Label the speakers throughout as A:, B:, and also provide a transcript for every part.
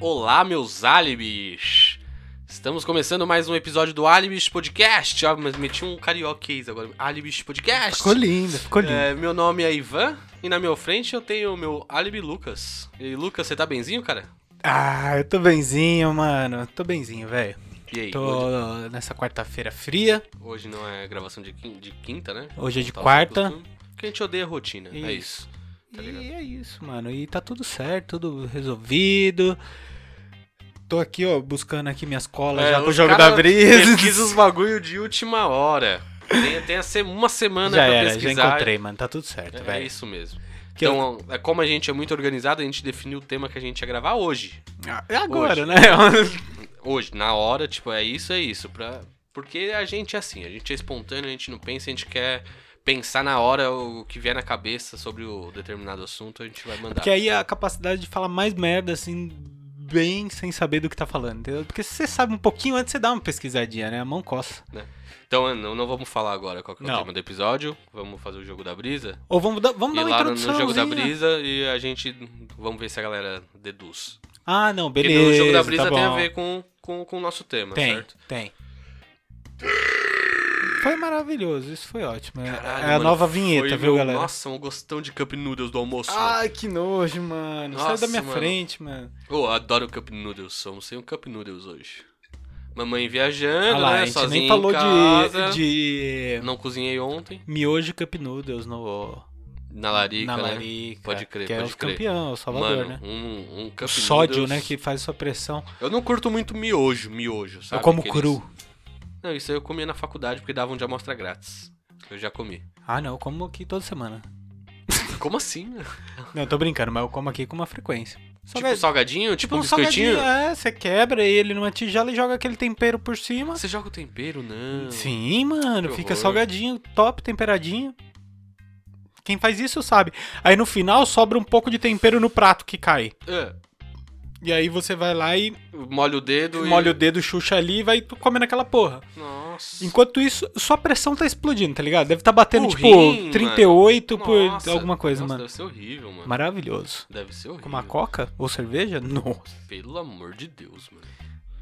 A: Olá, meus alibis! Estamos começando mais um episódio do Alibis Podcast. Ah, mas meti um carioquês agora. Alibis Podcast.
B: Ficou linda, ficou linda.
A: É, meu nome é Ivan e na minha frente eu tenho o meu álibi Lucas. E Lucas, você tá benzinho, cara?
B: Ah, eu tô benzinho, mano. Tô benzinho, velho.
A: E aí? Hoje,
B: Tô nessa quarta-feira fria.
A: hoje não é gravação de quin- de quinta, né?
B: Hoje é de
A: Tal
B: quarta.
A: costume. Porque a gente odeia a rotina, é isso.
B: Isso.
A: Tá ligado.
B: e é isso, mano. E tá tudo certo, tudo resolvido. Tô aqui, ó, buscando aqui minhas colas
A: É,
B: já pro
A: os
B: jogo
A: cara
B: da brisa.
A: Pesquisa os bagulho de última hora. Tem, tem a se- uma semana
B: Já
A: pra
B: era, já
A: pesquisar.
B: encontrei, mano. Tá tudo certo,
A: É,
B: velho.
A: isso mesmo.
B: Que
A: então, é, como a gente é muito organizado, a gente definiu o tema que a gente ia gravar hoje.
B: Ah, É agora,
A: Então, Hoje.
B: né?
A: Hoje, na hora, tipo, é isso, é isso. Pra... Porque a gente é assim, a gente é espontâneo, a gente não pensa, a gente quer pensar na hora o que vier na cabeça sobre o determinado assunto, a gente vai mandar.
B: Porque aí a capacidade de falar mais merda, assim, bem sem saber do que tá falando, entendeu? Porque se você sabe um pouquinho antes, você dá uma pesquisadinha, né? A mão coça.
A: Então, não, não vamos falar agora qual que é o
B: Não.
A: tema do episódio, vamos fazer o jogo da brisa.
B: Ou vamos dar, vamos
A: E
B: dar uma
A: lá no, no
B: introdução.
A: jogo da brisa e a gente. Vamos ver se a galera deduz.
B: Ah, não,
A: Porque
B: beleza.
A: o jogo da brisa
B: tá
A: tem a
B: bom.
A: ver com, com, com o nosso tema,
B: Tem,
A: certo?
B: tem. Foi maravilhoso, isso foi ótimo. É-
A: Caralho,
B: é a
A: mano,
B: nova
A: Foi
B: vinheta, viu,
A: meu-
B: galera?
A: Nossa, um gostão de Cup Noodles do almoço. Ah.
B: Ai, que nojo, mano.
A: Nossa,
B: Sai da minha
A: mano.
B: frente, mano.
A: Eu adoro Cup Noodles, somos sem um Cup Noodles hoje. Mamãe viajando,
B: Ah lá,
A: né,
B: a gente
A: sozinha
B: nem falou
A: em casa.
B: de, de
A: Não cozinhei ontem.
B: miojo e cup noodles no,
A: Na larica,
B: na
A: né?
B: Larica.
A: Pode crer,
B: que é
A: pode
B: o
A: crer.
B: campeão, o Salvador,
A: Mano,
B: né?
A: um, um
B: O
A: Cup
B: sódio,
A: Noodles.
B: né, que faz sua pressão.
A: Eu não curto muito miojo, miojo, sabe?
B: eu como
A: Aqueles-
B: cru.
A: Não, isso aí eu comia na faculdade porque davam de amostra grátis. Eu já comi.
B: Ah, não, eu como aqui toda semana.
A: Como assim?
B: Não, eu tô brincando, mas eu como aqui com uma frequência.
A: Tipo salgadinho? Tipo um, biscoitinho?
B: salgadinho, é, você quebra ele numa tijala e joga aquele tempero por cima.
A: Você joga o tempero, não.
B: é Sim, mano,
A: Que
B: fica
A: horror.
B: salgadinho, top, temperadinho. Quem faz isso sabe. Aí no final sobra um pouco de tempero no prato que cai.
A: É,
B: E aí você vai lá e
A: molha o dedo e...
B: molha o dedo, xuxa ali e vai comendo aquela porra.
A: Nossa.
B: Enquanto isso, sua pressão tá explodindo, tá ligado? Deve tá batendo
A: Por
B: tipo
A: rim,
B: 38
A: Nossa,
B: por alguma coisa,
A: nossa,
B: mano.
A: Deve ser horrível, mano.
B: Maravilhoso.
A: Deve ser horrível.
B: Com uma coca ou cerveja? Nossa.
A: Pelo amor de Deus, mano.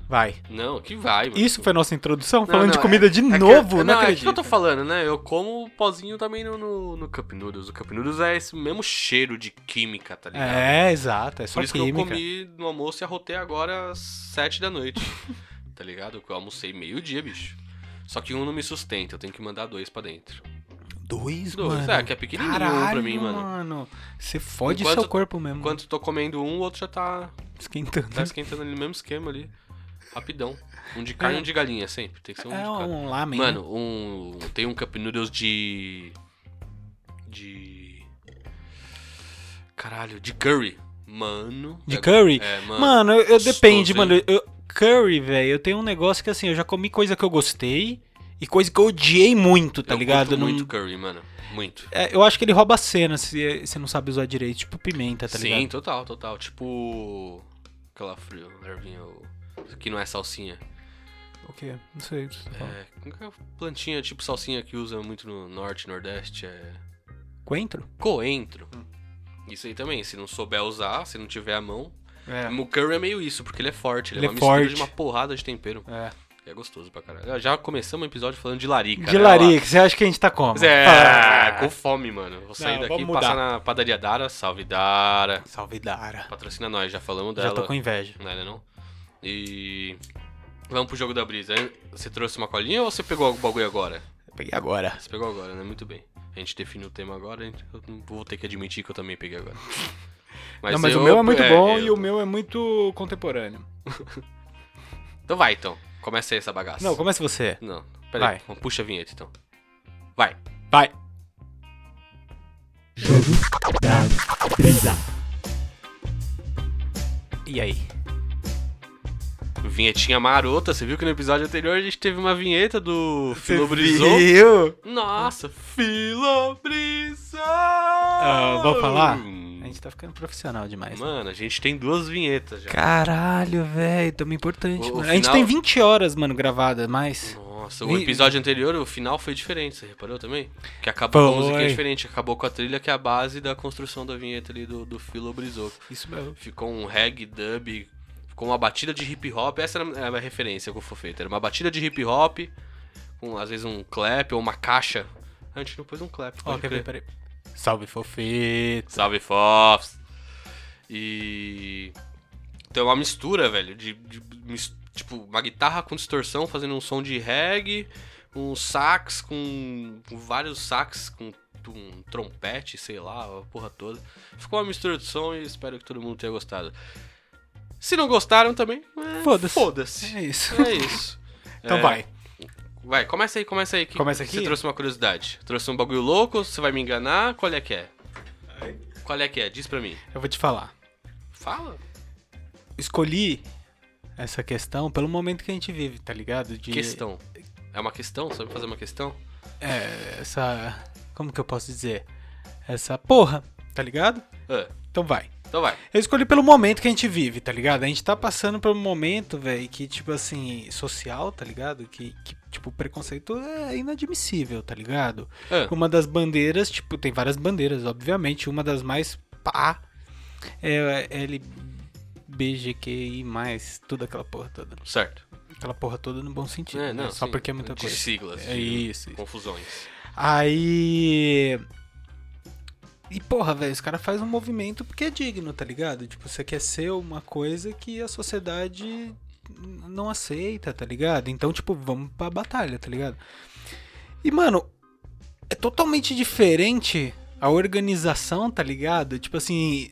B: Vai.
A: Não, que vai, mano.
B: Isso foi nossa introdução?
A: Não,
B: Falando
A: não,
B: de comida de
A: É que-
B: novo?
A: é-
B: não,
A: não, é
B: acredito.
A: isso que eu tô falando, né? Eu como pozinho também no, no, no Cup Noodles. O Cup Noodles é esse mesmo cheiro de química, tá ligado?
B: É, exato. É só
A: Por isso
B: química.
A: que eu comi no almoço e arrotei agora às sete da noite. tá ligado? Que eu almocei meio-dia, bicho. Só que um não me sustenta, eu tenho que mandar dois pra dentro.
B: Dois,
A: Dois,
B: mano.
A: é, que é pequenininho um pra mim, mano.
B: Você fode
A: Enquanto-
B: seu corpo mesmo.
A: Enquanto eu tô comendo um, o outro já tá,
B: Esquentando.
A: tá esquentando ali no mesmo esquema ali. Rapidão. Um de carne e um de galinha, sempre. Tem que ser um
B: É
A: de carne.
B: um lamen. né?
A: Mano, um. Tem um Cup Noodles de. De. Caralho, de curry. Mano.
B: De
A: é-
B: curry?
A: É, mano.
B: Mano, eu, eu
A: gostoso,
B: depende,
A: hein?
B: mano. Eu, curry, velho, eu tenho um negócio que assim, eu já comi coisa que eu gostei e coisa que eu odiei muito, tá
A: eu
B: ligado?
A: curto
B: Não-
A: Muito curry, mano. Muito.
B: É, eu acho que ele rouba a cena se você não sabe usar direito, tipo pimenta, tá
A: Sim,
B: ligado?
A: total, total. Tipo. Aquela frio, ervinha. o- Que não é salsinha.
B: O quê? Não sei o que você tá falando.
A: É. como que é a plantinha tipo salsinha que usa muito no norte, nordeste. É.
B: Coentro?
A: Coentro. Isso aí também. Se não souber usar, se não tiver a mão,
B: É.
A: O curry é meio isso, porque ele é forte. Ele,
B: Ele
A: é uma
B: é
A: mistura
B: forte.
A: de uma porrada de tempero. É gostoso pra caralho. Já começamos o episódio falando de larica.
B: De
A: né?
B: larica, você acha que a gente tá como?
A: Mas é,
B: Ah.
A: com fome, mano. Vou sair
B: Não,
A: daqui e
B: vamos
A: passar
B: mudar.
A: na padaria Dara. Salve, Dara.
B: Salve Dara.
A: Patrocina nós, já falamos dela.
B: Já tô com inveja.
A: Não, é, né, não? E... Vamos pro jogo da brisa. hein? Você trouxe uma colinha ou você pegou o bagulho agora?
B: Peguei agora.
A: Você pegou agora, né? Muito bem. A gente definiu o tema agora, a gente- eu não vou ter que admitir que eu também peguei agora.
B: não, mas
A: eu-
B: o meu é muito bom
A: eu-
B: e o meu é muito contemporâneo.
A: Então vai, então. Começa aí essa bagaça.
B: Não, começa você.
A: Não, peraí. Puxa a vinheta então. Vai.
B: Vai. E aí?
A: Vinhetinha marota. Você viu que no episódio anterior a gente teve uma vinheta do Filobrizou?
B: Filobrizou?
A: Nossa, Filobrizou!
B: Ah, vou falar?
A: Hum.
B: A gente tá ficando profissional demais.
A: Mano, a gente tem duas vinhetas já.
B: Caralho, velho, tamo importante,
A: O- o
B: mano. A gente
A: final-
B: tem 20 horas, mano, gravadas, mas.
A: Nossa, o episódio anterior, o final foi diferente, você reparou também? Que acabou com a
B: Foi.
A: musiquinha diferente, acabou com a trilha que é a base da construção da vinheta ali do, do Filobrizou.
B: Isso mesmo.
A: Ficou um reggae dub com uma batida de hip hop. Essa era a minha referência que eu for feito. Era uma batida de hip hop, com às vezes um clap ou uma caixa. A gente não pôs um clap.
B: Ó,
A: pode
B: quer
A: crer.
B: ver? Peraí. Salve, fofeto.
A: Salve Fofs! E. Então é uma mistura, velho. De, de mis- tipo, uma guitarra com distorção fazendo um som de reggae, um sax com, com vários sax, com t- um trompete, sei lá, a porra toda. Ficou uma mistura de som e espero que todo mundo tenha gostado. Se não gostaram também, é,
B: Foda-se.
A: foda-se.
B: É isso.
A: É isso.
B: Então
A: É,
B: vai.
A: Vai, começa aí, começa aí. que
B: Começa aqui?
A: Você trouxe uma curiosidade. Trouxe um bagulho louco, você vai me enganar? Qual é que é? Qual é que é? Diz pra mim.
B: Eu vou te falar.
A: Fala.
B: Escolhi essa questão pelo momento que a gente vive, tá ligado? De
A: Questão. É uma questão? Sabe fazer uma questão?
B: É, essa. Como que eu posso dizer? Essa porra, tá ligado?
A: Ah,
B: Então vai.
A: então vai.
B: Eu escolhi pelo momento que a gente vive, tá ligado? A gente tá passando por um momento, velho, que, tipo assim, social, tá ligado? Que, que, tipo, o preconceito é inadmissível, tá ligado?
A: Ah,
B: Uma das bandeiras, tipo, tem várias bandeiras, obviamente. Uma das mais pá é LBGQI, toda aquela porra toda.
A: certo.
B: Aquela porra toda no bom sentido.
A: É,
B: né?
A: não,
B: Só
A: sim.
B: porque é muita coisa.
A: De siglas.
B: É
A: de
B: isso, isso.
A: Confusões.
B: Aí. E porra, velho, os caras fazem um movimento porque é digno, tá ligado? Tipo, você quer ser uma coisa que a sociedade n- não aceita, tá ligado? Então, tipo, vamos pra batalha, tá ligado? E, mano, é totalmente diferente a organização, tá ligado? Tipo assim.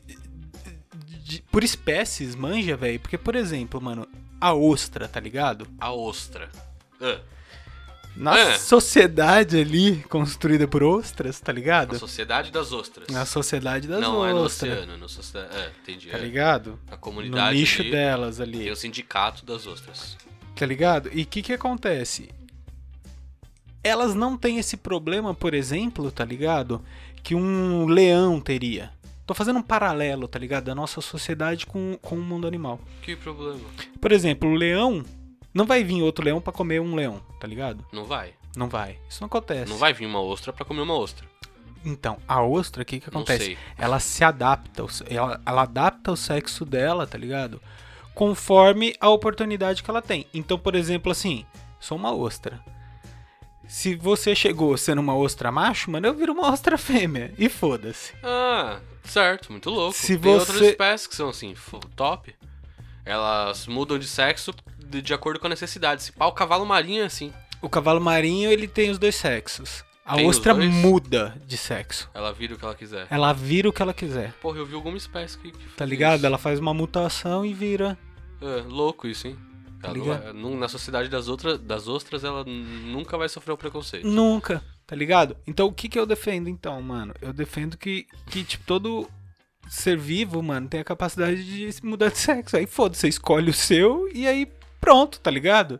B: de- por espécies, manja, velho. Porque, por exemplo, mano, a ostra, tá ligado?
A: A ostra. Ah,
B: Na
A: É.
B: sociedade ali, construída por ostras, tá ligado?
A: a sociedade das ostras.
B: Na sociedade das
A: não, é no
B: ostras,
A: oceano. No sociedade... Ah, entendi.
B: tá
A: é.
B: ligado?
A: Na
B: No
A: comunidade
B: nicho
A: ali,
B: delas
A: tem
B: ali,
A: o sindicato das ostras.
B: tá ligado? E o que que acontece? Elas não têm esse problema, por exemplo, tá ligado? Que um leão teria. Tô fazendo um paralelo, tá ligado? Da nossa sociedade com, com o mundo animal.
A: Que problema?
B: Por exemplo, o leão... Não vai vir outro leão pra comer um leão, tá ligado?
A: Não vai.
B: Não vai. Isso não acontece.
A: Não vai vir uma ostra pra comer uma ostra.
B: Então, a ostra, o que que
A: Não
B: acontece?
A: sei.
B: ela se adapta, o se- ela, ela adapta o sexo dela, tá ligado? Conforme a oportunidade que ela tem. Então, por exemplo, assim, sou uma ostra. Se você chegou sendo uma ostra macho, mano, eu viro uma ostra fêmea. E foda-se.
A: Ah, certo, muito louco. Tem
B: Se você-
A: outras espécies que são assim, fo- top. Elas mudam de sexo de, de acordo com a necessidade. Se pá, o cavalo marinho é assim.
B: O cavalo marinho, ele tem os dois sexos. A
A: Tem os
B: ostra
A: dois?
B: muda de sexo.
A: Ela vira o que ela quiser.
B: Ela vira o que ela quiser,
A: Porra, eu vi alguma espécie que. que
B: É. tá
A: fez
B: ligado?
A: isso.
B: Ela faz uma mutação e vira.
A: É, louco isso, hein?
B: Tá
A: Ela
B: ligado?
A: não- nu- na sociedade das, outras, das ostras, ela n- nunca vai sofrer o preconceito.
B: Nunca, tá ligado? Então o que que eu defendo então, mano? Eu defendo que, que tipo, todo ser vivo, mano, tem a capacidade de se mudar de sexo. Aí foda, você escolhe o seu e aí pronto, tá ligado?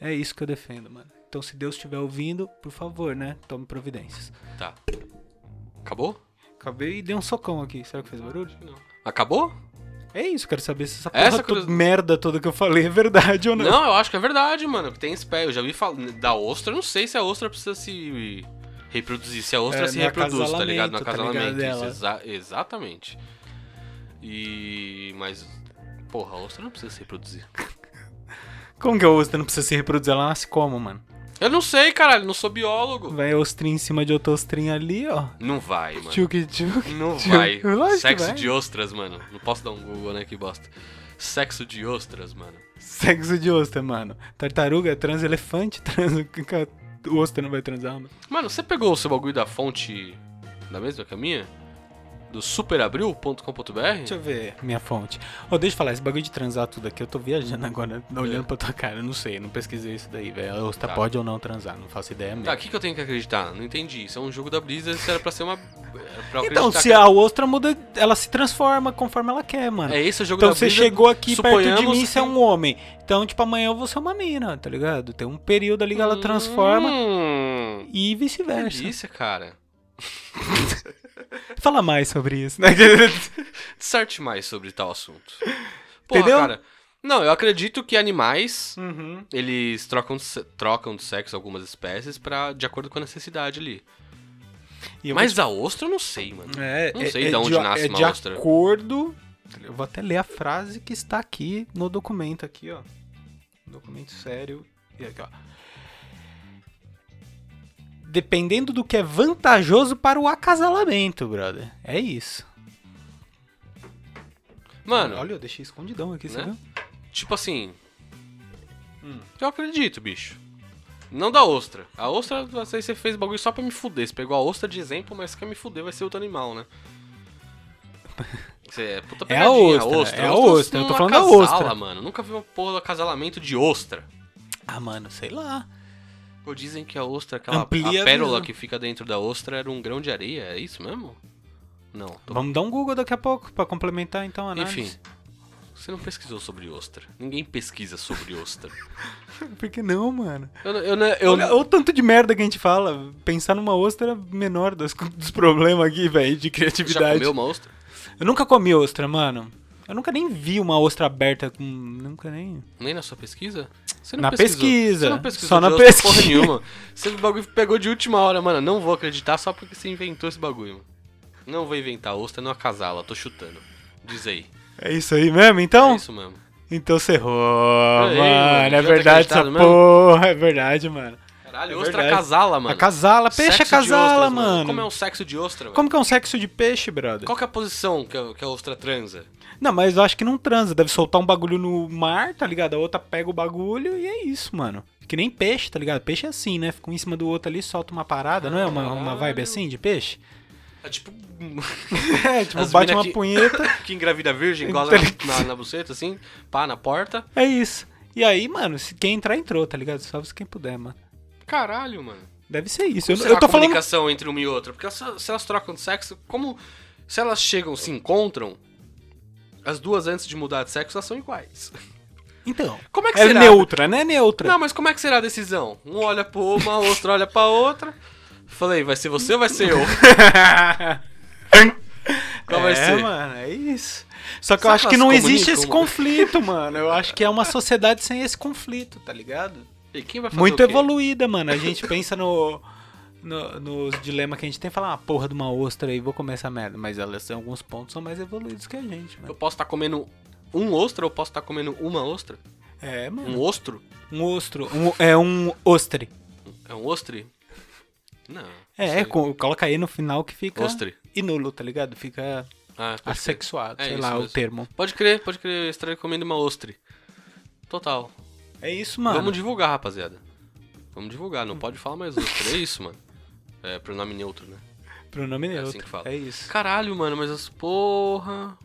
B: É isso que eu defendo, mano. Então se Deus estiver ouvindo, por favor, né? Tome providências.
A: Tá. Acabou?
B: Acabei e dei um socão aqui. Será que fez barulho?
A: Não. Acabou?
B: É isso, quero saber se essa porra
A: Essa
B: toda-
A: curiosi-
B: merda toda que eu falei é verdade ou não.
A: Não, eu acho que é verdade, mano. que Tem espécie. Eu já vi falar da ostra. Eu não sei se a ostra precisa se reproduzir. Se a ostra
B: É,
A: se
B: no
A: reproduz, tá
B: acasalamento,
A: ligado? No
B: tá ligado,
A: acasalamento. isso,
B: dela.
A: exa- exatamente. E. Mas. Porra, a ostra não precisa se reproduzir.
B: Como que a ostra não precisa se reproduzir? Ela nasce como, mano?
A: Eu não sei, caralho. Não sou biólogo.
B: Vai ostrinha em cima de outra ostrinha ali, ó.
A: Não vai, mano.
B: Tchuki tchuki.
A: Não
B: Tio-
A: vai.
B: Lógico que
A: Sexo
B: vai.
A: de ostras, mano. Não posso dar um Google, né? Que bosta. Sexo de ostras, mano.
B: Sexo de ostra, mano. Tartaruga é trans elefante, trans. é? O ostra não vai transar, mano.
A: Mano, você pegou o seu bagulho da fonte da mesma que a minha? Do superabril.com.br?
B: Deixa eu ver minha fonte. Ô, deixa eu falar, esse bagulho de transar tudo aqui, eu tô viajando agora, olhando pra tua cara, eu não sei, eu não pesquisei isso daí, velho. A ostra
A: Tá.
B: pode ou não transar, não faço ideia mesmo.
A: Tá, o que, que eu tenho que acreditar? Não entendi. Isso é um jogo da Blizzard, isso era pra ser uma. Era pra eu
B: então,
A: acreditar
B: se
A: que-
B: a ostra muda, ela se transforma conforme ela quer, mano.
A: É esse o jogo
B: Então
A: da
B: você
A: Blizzard.
B: chegou aqui perto de
A: suponhamos
B: mim, você é
A: que-
B: um homem. Então, tipo, amanhã eu vou ser uma mina, tá ligado? Tem um período ali que ela transforma
A: Hum,
B: e vice-versa.
A: delícia, cara.
B: Fala mais sobre isso, né?
A: Disserte mais sobre tal assunto. Porra,
B: Entendeu?
A: cara. Não, eu acredito que animais,
B: uhum.
A: eles trocam de, se- trocam de sexo algumas espécies pra, de acordo com a necessidade ali.
B: E eu vou
A: Mas a ostra eu não sei, mano.
B: É,
A: Não
B: é-
A: sei
B: é
A: de onde
B: a-
A: nasce
B: é
A: uma
B: de
A: ostra.
B: acordo Eu vou até ler a frase que está aqui no documento aqui, ó. Documento sério. E aqui, ó. Dependendo do que é vantajoso para o acasalamento, brother. É isso.
A: Mano,
B: Hum. Olha, eu deixei escondidão aqui, você
A: Né?
B: viu?
A: tipo assim.
B: Hum.
A: Eu acredito, bicho. Não da ostra. A ostra, você você fez bagulho só pra me fuder. Você pegou a ostra de exemplo, mas quer me fuder, vai ser outro animal, né? Você é puta
B: É a
A: pegadinha,
B: ostra, é a ostra, eu tô
A: não
B: falando da
A: acasala,
B: ostra.
A: mano. Nunca vi uma porra do acasalamento de ostra.
B: Ah, mano, sei lá.
A: Pô, dizem que a ostra, aquela a
B: Amplia a
A: pérola
B: visão.
A: que fica dentro da ostra, era um grão de areia, é isso mesmo? Não. tô-
B: Vamos dar um Google daqui a pouco pra complementar então a análise.
A: Enfim. Você não pesquisou sobre ostra. Ninguém pesquisa sobre ostra.
B: Por que não, mano?
A: Eu, não- eu, não- eu,
B: Olha, olha o tanto de merda que a gente fala. Pensar numa ostra é menor dos, dos problemas aqui, velho, de
A: já
B: criatividade.
A: comeu uma ostra?
B: Eu nunca comi ostra, mano. Eu nunca nem vi uma ostra aberta com. Nunca nem.
A: Nem na sua pesquisa? Você não
B: Na
A: pesquisou.
B: pesquisa.
A: Você não pesquisou
B: Só
A: de
B: na
A: outra
B: pesquisa.
A: Porra nenhuma. Você o bagulho pegou de última hora, mano. Não vou acreditar só porque você inventou esse bagulho. mano. Não vou inventar ostra, não acasala. Tô chutando. Diz aí.
B: É isso aí mesmo, então?
A: É isso mesmo.
B: Então você errou,
A: aí, mano,
B: mano. É
A: devia ter
B: verdade essa
A: acreditado mesmo.
B: porra. É verdade, mano.
A: Caralho,
B: É
A: ostra
B: verdade.
A: acasala, mano.
B: Acasala, peixe
A: Sexo de
B: acasala,
A: ostras,
B: mano.
A: Como é um sexo de ostra, velho?
B: Como que é um sexo de peixe, brother?
A: Qual que é a posição que a, que a ostra transa?
B: Não, mas eu acho que não transa. Deve soltar um bagulho no mar, tá ligado? A outra pega o bagulho e é isso, mano. Que nem peixe, tá ligado? Peixe é assim, né? Fica um em cima do outro ali, solta uma parada, não é? Uma, uma vibe assim de peixe?
A: É tipo.
B: É, tipo,
A: As
B: bate
A: mina
B: uma
A: que-
B: punheta.
A: que engravida virgem, goza na, na, na buceta, assim, pá, na porta.
B: É isso. E aí, mano, se quem entrar, entrou, tá ligado? Salve se quem puder, mano.
A: Caralho, mano.
B: Deve ser isso. Eu,
A: Será
B: eu tô
A: a
B: falando.
A: comunicação entre uma e outra. Porque se, se elas trocam de sexo, como. Se elas chegam, se encontram, as duas antes de mudar de sexo, elas são iguais.
B: Então.
A: Como é que
B: É
A: será?
B: neutra, né? Neutra.
A: Não, mas como é que será a decisão? Um olha pra uma, a outra olha pra outra. Falei, vai ser você ou vai ser eu? Qual vai
B: é,
A: ser?
B: mano, é isso. Só que eu
A: Será
B: acho
A: que
B: que
A: elas
B: não
A: se
B: existe esse
A: comunicam, mano?
B: conflito, mano. Eu acho que é uma sociedade sem esse conflito, tá ligado?
A: E quem vai fazer
B: Muito
A: o quê?
B: evoluída, mano. A gente pensa no, no- nos dilemas que a gente tem, falar, ah, porra de uma ostra aí, vou comer essa merda. Mas elas, em alguns pontos, são mais evoluídos que a gente,
A: Eu
B: mano.
A: posso estar comendo um ostra ou posso estar comendo uma ostra?
B: É, mano.
A: Um ostro?
B: Um ostro. um- é um ostre.
A: É um ostre? Não.
B: É, é, co- coloca aí no final que fica
A: Ostre.
B: inulo, tá ligado? Fica
A: Ah, pode crer.
B: assexuado,
A: É
B: sei
A: isso
B: lá o
A: mesmo.
B: termo.
A: Pode crer, pode crer. Eu estarei comendo uma ostre. Total.
B: É isso, mano.
A: Vamos divulgar, rapaziada. Vamos divulgar, não pode falar mais ostra. É isso, mano. É, pronome neutro, né?
B: Pronome
A: assim
B: neutro.
A: que fala.
B: É isso.
A: Caralho, mano, mas as porra.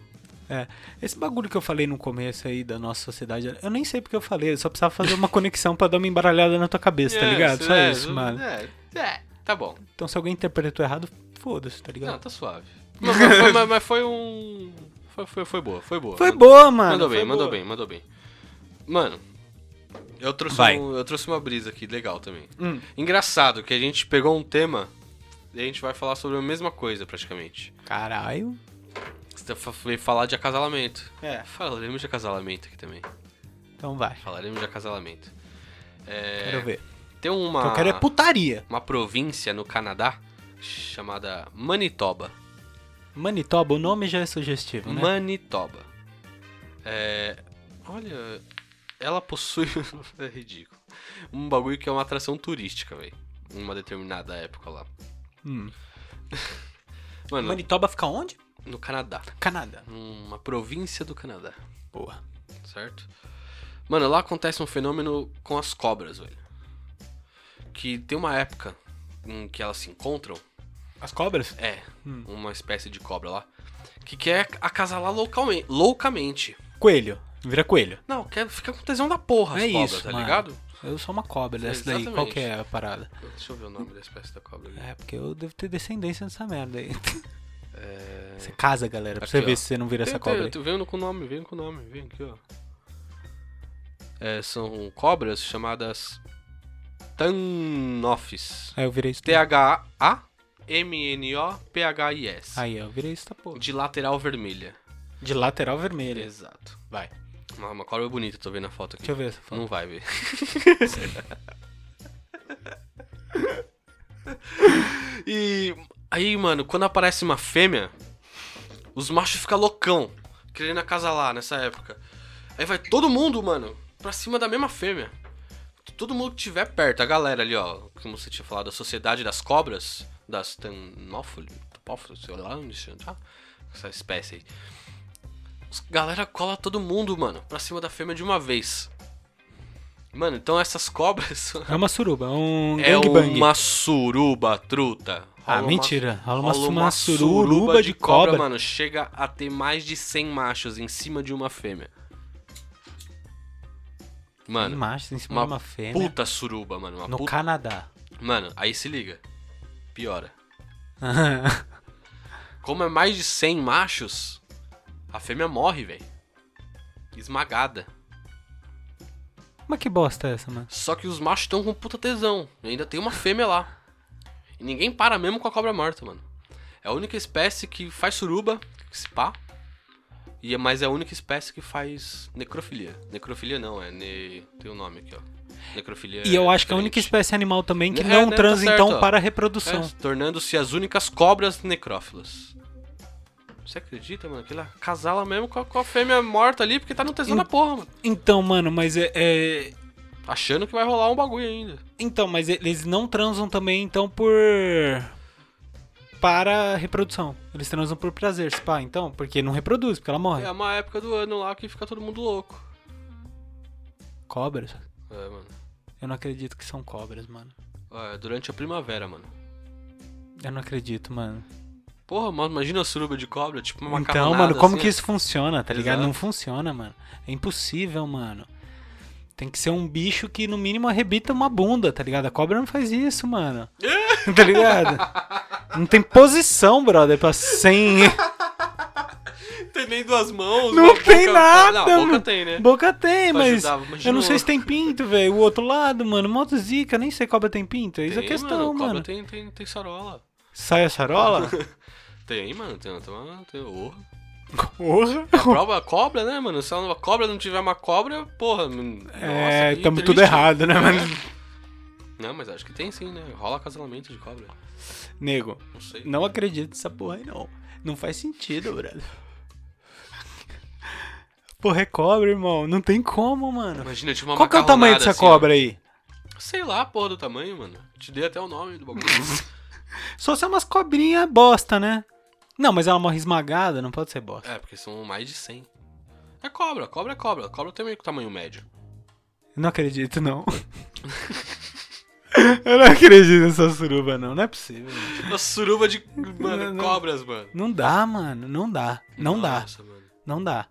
B: É. Esse bagulho que eu falei no começo aí da nossa sociedade, eu nem sei porque eu falei, eu só precisava fazer uma conexão pra dar uma embaralhada na tua cabeça, tá
A: É,
B: ligado? Só
A: é,
B: isso, mano.
A: É, é, tá bom.
B: Então se alguém interpretou errado, foda-se, tá ligado?
A: Não, tá suave. Mas, mas foi, mas- mas foi um. Foi, foi, foi boa, foi boa.
B: Foi
A: Mandou-
B: boa, mano.
A: Mandou bem,
B: foi
A: mandou
B: boa.
A: bem, mandou bem. Mano, eu trouxe,
B: Vai.
A: um- eu trouxe uma brisa aqui legal também.
B: Hum.
A: Engraçado que a gente pegou um tema e a gente vai falar sobre a mesma coisa praticamente.
B: Caralho.
A: Você tá fa- veio falar de acasalamento.
B: É.
A: Falaremos de acasalamento aqui também.
B: Então vai.
A: Falaremos de acasalamento. É.
B: Quero ver.
A: Tem
B: O que
A: uma,
B: eu quero é putaria.
A: uma província no Canadá chamada Manitoba.
B: Manitoba, o nome já é sugestivo, né?
A: Manitoba. É, olha, ela possui. é ridículo. Um bagulho que é uma atração turística, velho. Em uma determinada época lá.
B: Hum.
A: Mano,
B: Manitoba fica onde?
A: no Canadá.
B: Canadá.
A: Numa província do Canadá,
B: Boa.
A: certo? Mano, lá acontece um fenômeno com as cobras, velho. Que tem uma época em que elas se encontram.
B: As cobras?
A: É,
B: Hum.
A: uma espécie de cobra lá. Que quer acasalar loucalme- loucamente.
B: Coelho. Vira coelho.
A: Não, quer ficar com tesão da porra, as
B: É
A: cobras,
B: isso,
A: tá
B: mano.
A: ligado?
B: Eu sou uma cobra dessa daí.
A: Exatamente.
B: Qual que é a parada?
A: Deixa eu ver o nome da espécie da cobra ali.
B: É, porque eu devo ter descendência nessa merda aí.
A: É...
B: Você casa, galera, pra
A: Aqui,
B: você ver
A: ó.
B: se você não vira essa
A: Tem- um
B: cobra.
A: tem-
B: aí.
A: tem- Vem com o nome, vem com o nome, vem aqui, ó. É, são cobras chamadas Tannofis.
B: Aí eu virei isso.
A: T-H-A-M-N-O-P-H-I-S.
B: Aí, ó, eu virei isso, tá, pô.
A: De lateral vermelha.
B: De lateral vermelha.
A: Exato.
B: Vai.
A: Uma, uma cobra bonita, tô vendo a foto aqui.
B: Deixa eu ver essa foto.
A: Não vai ver. e aí, mano, quando aparece uma fêmea, os machos ficam loucão. querendo acasalar nessa época. Aí vai todo mundo, mano, pra cima da mesma fêmea. Todo mundo que tiver perto, a galera ali, ó, como você tinha falado, a Sociedade das Cobras, das Tanófoli, sei lá onde tá, essa espécie aí. Os- Galera cola todo mundo, mano, pra cima da fêmea de uma vez. Mano, então essas cobras
B: É uma suruba, é um
A: é
B: gangbang.
A: uma suruba truta.
B: Ah,
A: Rola uma-
B: mentira. Rola uma,
A: rola
B: uma, suruba, de cobra.
A: Mano, chega a ter mais de 100 machos em cima de uma fêmea.
B: Tem
A: Mano,
B: macho em
A: uma
B: cima de uma fêmea.
A: puta suruba, mano. Uma
B: No
A: puta...
B: Canadá.
A: Mano, aí se liga. Piora. Como é mais de 100 machos, a fêmea morre, velho. Esmagada.
B: Mas que bosta é essa, mano?
A: Só que os machos estão com puta tesão. E ainda tem uma fêmea lá. E ninguém para mesmo com a cobra morta, mano. É a única espécie que faz suruba, que se pá. E é, mas é a única espécie que faz necrofilia. Necrofilia não, é. Ne... Tem um nome aqui, ó. Necrofilia.
B: E eu acho que é a única
A: diferente.
B: espécie animal também que
A: É,
B: não
A: né, tá
B: transa,
A: certo,
B: então,
A: ó.
B: para a reprodução.
A: É, Tornando-se as únicas cobras necrófilas. Você acredita, mano? Aquela casala mesmo com a, com a fêmea morta ali, porque tá no tesão
B: Hum.
A: da porra, mano.
B: Então, mano, mas é, é-
A: Achando que vai rolar um bagulho ainda.
B: Então, mas eles não transam também, então, por. Para a reprodução. Eles transam por prazer, se pá, então, porque não reproduz, porque ela morre.
A: É uma época do ano lá que fica todo mundo louco.
B: Cobras?
A: É, mano.
B: Eu não acredito que são cobras, mano.
A: Ah, é durante a primavera, mano.
B: Eu não acredito, mano.
A: Porra, mas imagina a suruba de cobra, tipo uma
B: Então,
A: macarronada,
B: mano, como
A: assim,
B: que isso funciona, tá ligado?
A: Exato.
B: Não funciona, mano. É impossível, mano. Tem que ser um bicho que, no mínimo, arrebita uma bunda, tá ligado? A cobra não faz isso, mano.
A: É.
B: tá ligado? Não tem posição, brother, pra 100.
A: ó. Não tem nem duas mãos.
B: Não
A: uma
B: tem
A: boca-
B: nada,
A: Não, a boca
B: mano.
A: tem, né?
B: Boca tem,
A: Pra
B: mas.
A: ajudar, imagina
B: eu não sei
A: o-
B: se tem pinto, velho. O outro lado, mano. Moto zica, nem sei cobra tem pinto. É isso a
A: Tem,
B: questão,
A: Cobra
B: mano.
A: tem, tem, tem sarola.
B: Sai a sarola?
A: Tem, mano, tem, tem, uma- tem porra.
B: Porra.
A: A cobra, a cobra, né, mano? Se a cobra não tiver uma cobra, porra. Nossa,
B: É,
A: que
B: tamo
A: triste. É.
B: tudo errado, né, mano?
A: Não, mas acho que tem sim, né? Rola casamento de cobra.
B: Nego.
A: Não sei.
B: Não acredito nessa porra aí, não. Não faz sentido, brother. Porra, é cobra, irmão. Não tem como, mano.
A: Imagina, tipo uma
B: Qual que é o tamanho dessa
A: macarronada, assim,
B: cobra aí?
A: ó. Sei lá, porra, do tamanho, mano. Te dei até o nome do bagulho.
B: Só se é umas cobrinhas bosta, né? Não, mas ela morre esmagada, não pode ser bosta.
A: é, porque são mais de 100. É cobra, cobra é cobra. Cobra tem meio que tamanho médio.
B: Não acredito, não. Eu não acredito nessa suruba, não. Não é possível. mano.
A: Uma suruba de mano,
B: Não, não.
A: cobras, mano.
B: Não dá, mano. Não dá. Não dá.
A: dá. Mano.
B: Não dá.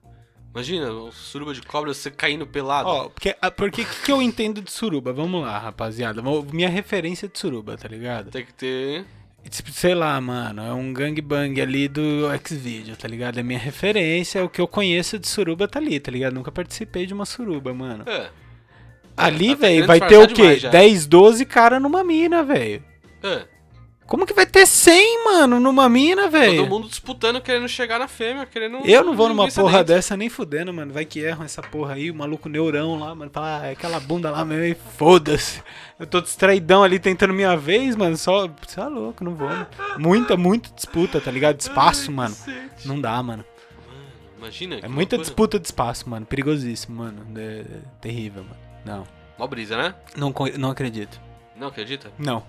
A: Imagina, uma suruba de cobras você caindo pelado.
B: Ó, porque, ah, porque o que, que eu entendo de suruba? Vamos lá, rapaziada. Vou- Minha referência de suruba, tá ligado?
A: Tem que ter.
B: Tipo, sei lá, mano, é um gangbang ali do X-Video, tá ligado? É minha referência, o que eu conheço de suruba tá ali, tá ligado? Nunca participei de uma suruba, mano.
A: É.
B: Ali,
A: tá
B: velho,
A: querendo
B: vai ter
A: disfarçar
B: o quê?
A: demais já.
B: 10, 12 cara numa mina, velho.
A: É.
B: Como que vai ter 100, mano, numa mina,
A: Todo
B: velho?
A: mundo disputando, querendo chegar na fêmea, querendo.
B: É Eu não é vou numa
A: linguiça
B: porra
A: dentro.
B: dessa nem fudendo, mano. Vai que erram essa porra aí, o maluco neurão lá, mano. Fala, ah, é aquela bunda lá mesmo, e foda-se. Eu tô distraidão ali tentando minha vez, mano. Só. Você é louco, não vou, mano. Muita, muita disputa, tá ligado? Espaço, mano.
A: Cacete.
B: Não dá, mano.
A: Imagina.
B: É muita disputa de espaço, mano. Perigosíssimo, mano. É, é terrível, mano. Não.
A: Mó brisa, né?
B: Não, co- não acredito.
A: Não acredita?
B: Não.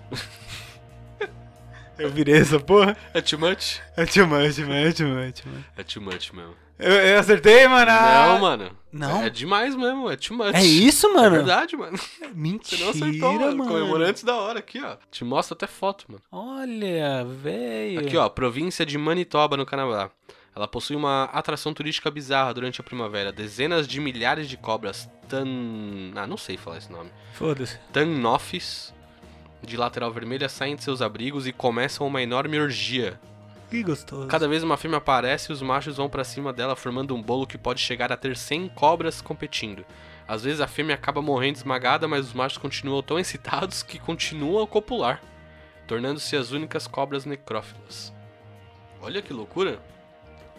B: Eu virei essa porra.
A: É too much?
B: É too much, mano. É too much, mano.
A: É too much mesmo.
B: Eu, eu acertei, mano. Ah!
A: Não, mano.
B: Não?
A: É demais mesmo, é too much.
B: É isso,
A: É
B: mano?
A: verdade, mano. Você
B: Mentira,
A: não acertou, mano.
B: mano.
A: Comemorantes da hora aqui, ó. Te mostra até foto, mano.
B: Olha, velho.
A: Aqui, ó, província de Manitoba, no Canadá. Ela possui uma atração turística bizarra durante a primavera. Dezenas de milhares de cobras tan... Ah, não sei falar esse nome.
B: Foda-se.
A: Tanofis, de lateral vermelha, saem de seus abrigos e começam uma enorme orgia.
B: Que gostoso.
A: Cada vez uma fêmea aparece e os machos vão pra cima dela, formando um bolo que pode chegar a ter 100 cobras competindo. Às vezes a fêmea acaba morrendo esmagada, mas os machos continuam tão excitados que continuam a copular, tornando-se as únicas cobras necrófilas. Olha que loucura!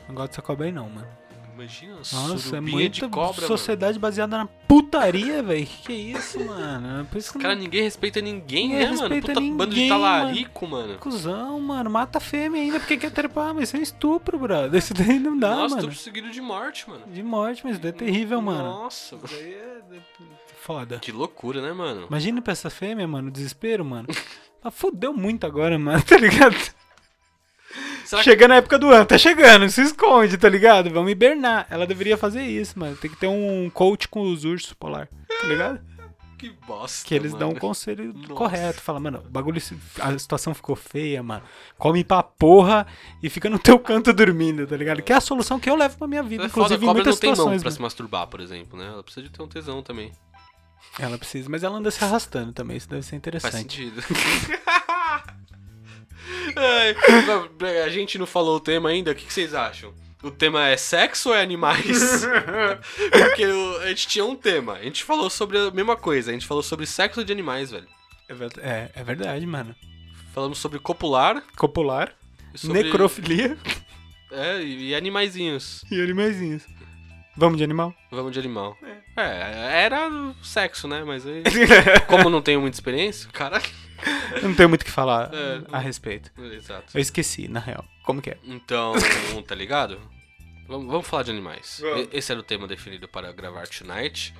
B: Não gosto dessa cobra aí, não, mano.
A: Imagina
B: Nossa, é
A: surubinha de
B: muita
A: cobra,
B: sociedade baseada na putaria, velho. Que que é isso, mano? É Por isso que
A: mano. Cara, ninguém respeita ninguém,
B: Ninguém
A: né, mano?
B: respeita
A: Puta bando de
B: ninguém, mano.
A: talarico, mano.
B: Cusão, mano, mata a fêmea ainda porque quer trepar, mas isso é um estupro, brother. Isso daí não dá,
A: Nossa, tô
B: mano.
A: perseguido de morte, mano.
B: De morte, mas isso daí é terrível, mano.
A: Nossa, mano.
B: Isso daí é é foda.
A: Que loucura, né, mano?
B: Imagina pra essa fêmea, mano, o desespero, mano. Ela fudeu muito agora, mano, tá ligado?
A: Será que...
B: Chega na época do ano, tá chegando, se esconde, tá ligado? Vamos hibernar. Ela deveria fazer isso, mano. Tem que ter um coach com os ursos polar, tá ligado?
A: que bosta,
B: Que eles
A: mano.
B: dão um conselho
A: Nossa.
B: correto. Fala, mano, o bagulho, se- a situação ficou feia, mano. Come pra porra e fica no teu canto dormindo, tá ligado? Que é a solução que eu levo pra minha vida,
A: É foda,
B: inclusive
A: a
B: em
A: cobra
B: muitas
A: não tem mão pra
B: situações. né?
A: se masturbar, por exemplo, né? Ela precisa de ter um tesão também.
B: mano. Ela precisa, mas ela anda se arrastando também, isso deve ser
A: Faz
B: interessante.
A: sentido. Ai, a gente não falou o tema ainda, o que que vocês acham? O tema é sexo ou é animais? Porque o- a gente tinha um tema, a gente falou sobre a mesma coisa, a gente falou sobre sexo de animais, velho.
B: É ver- É, é verdade, mano.
A: Falamos sobre copular
B: Copular,
A: e sobre...
B: necrofilia
A: É, e e animaizinhos.
B: e animaizinhos. Vamos de animal?
A: Vamos de animal. É. era sexo, né? Mas aí... Como não tenho muita experiência, cara...
B: Eu não tenho muito o que falar
A: É.
B: a respeito.
A: Exato.
B: Eu esqueci, na real. Como que é?
A: Então, tá ligado? Vamos, vamos falar de animais.
B: Vamos.
A: E- Esse era o tema definido para gravar tonight.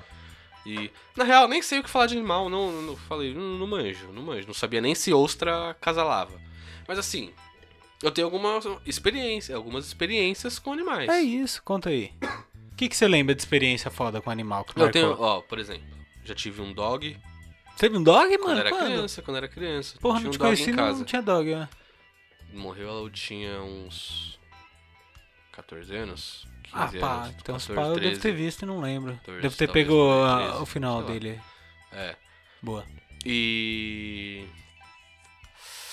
A: E, na real, nem sei o que falar de animal. Não, não- não falei, não, não manjo, não manjo. Não sabia nem se ostra casalava. Mas assim, eu tenho algumas experiências, algumas experiências com animais.
B: É isso, conta aí. O que, que você lembra de experiência foda com animal? Que
A: eu
B: marcou?
A: tenho, ó, por exemplo, já tive um dog
B: Teve um dog,
A: quando
B: mano?
A: era
B: Quando?
A: criança, quando era criança.
B: Porra,
A: tinha
B: não
A: um
B: te
A: dog
B: conheci,
A: em
B: não
A: casa.
B: tinha dog, né?
A: Morreu, ela tinha uns 14 anos, 15
B: Ah, pá,
A: anos,
B: então os
A: 14,
B: pais eu
A: 13.
B: devo ter visto e não lembro.
A: 14,
B: devo ter
A: talvez,
B: pego
A: né,
B: a-
A: 13,
B: o final
A: sei lá.
B: dele.
A: É.
B: Boa.
A: E.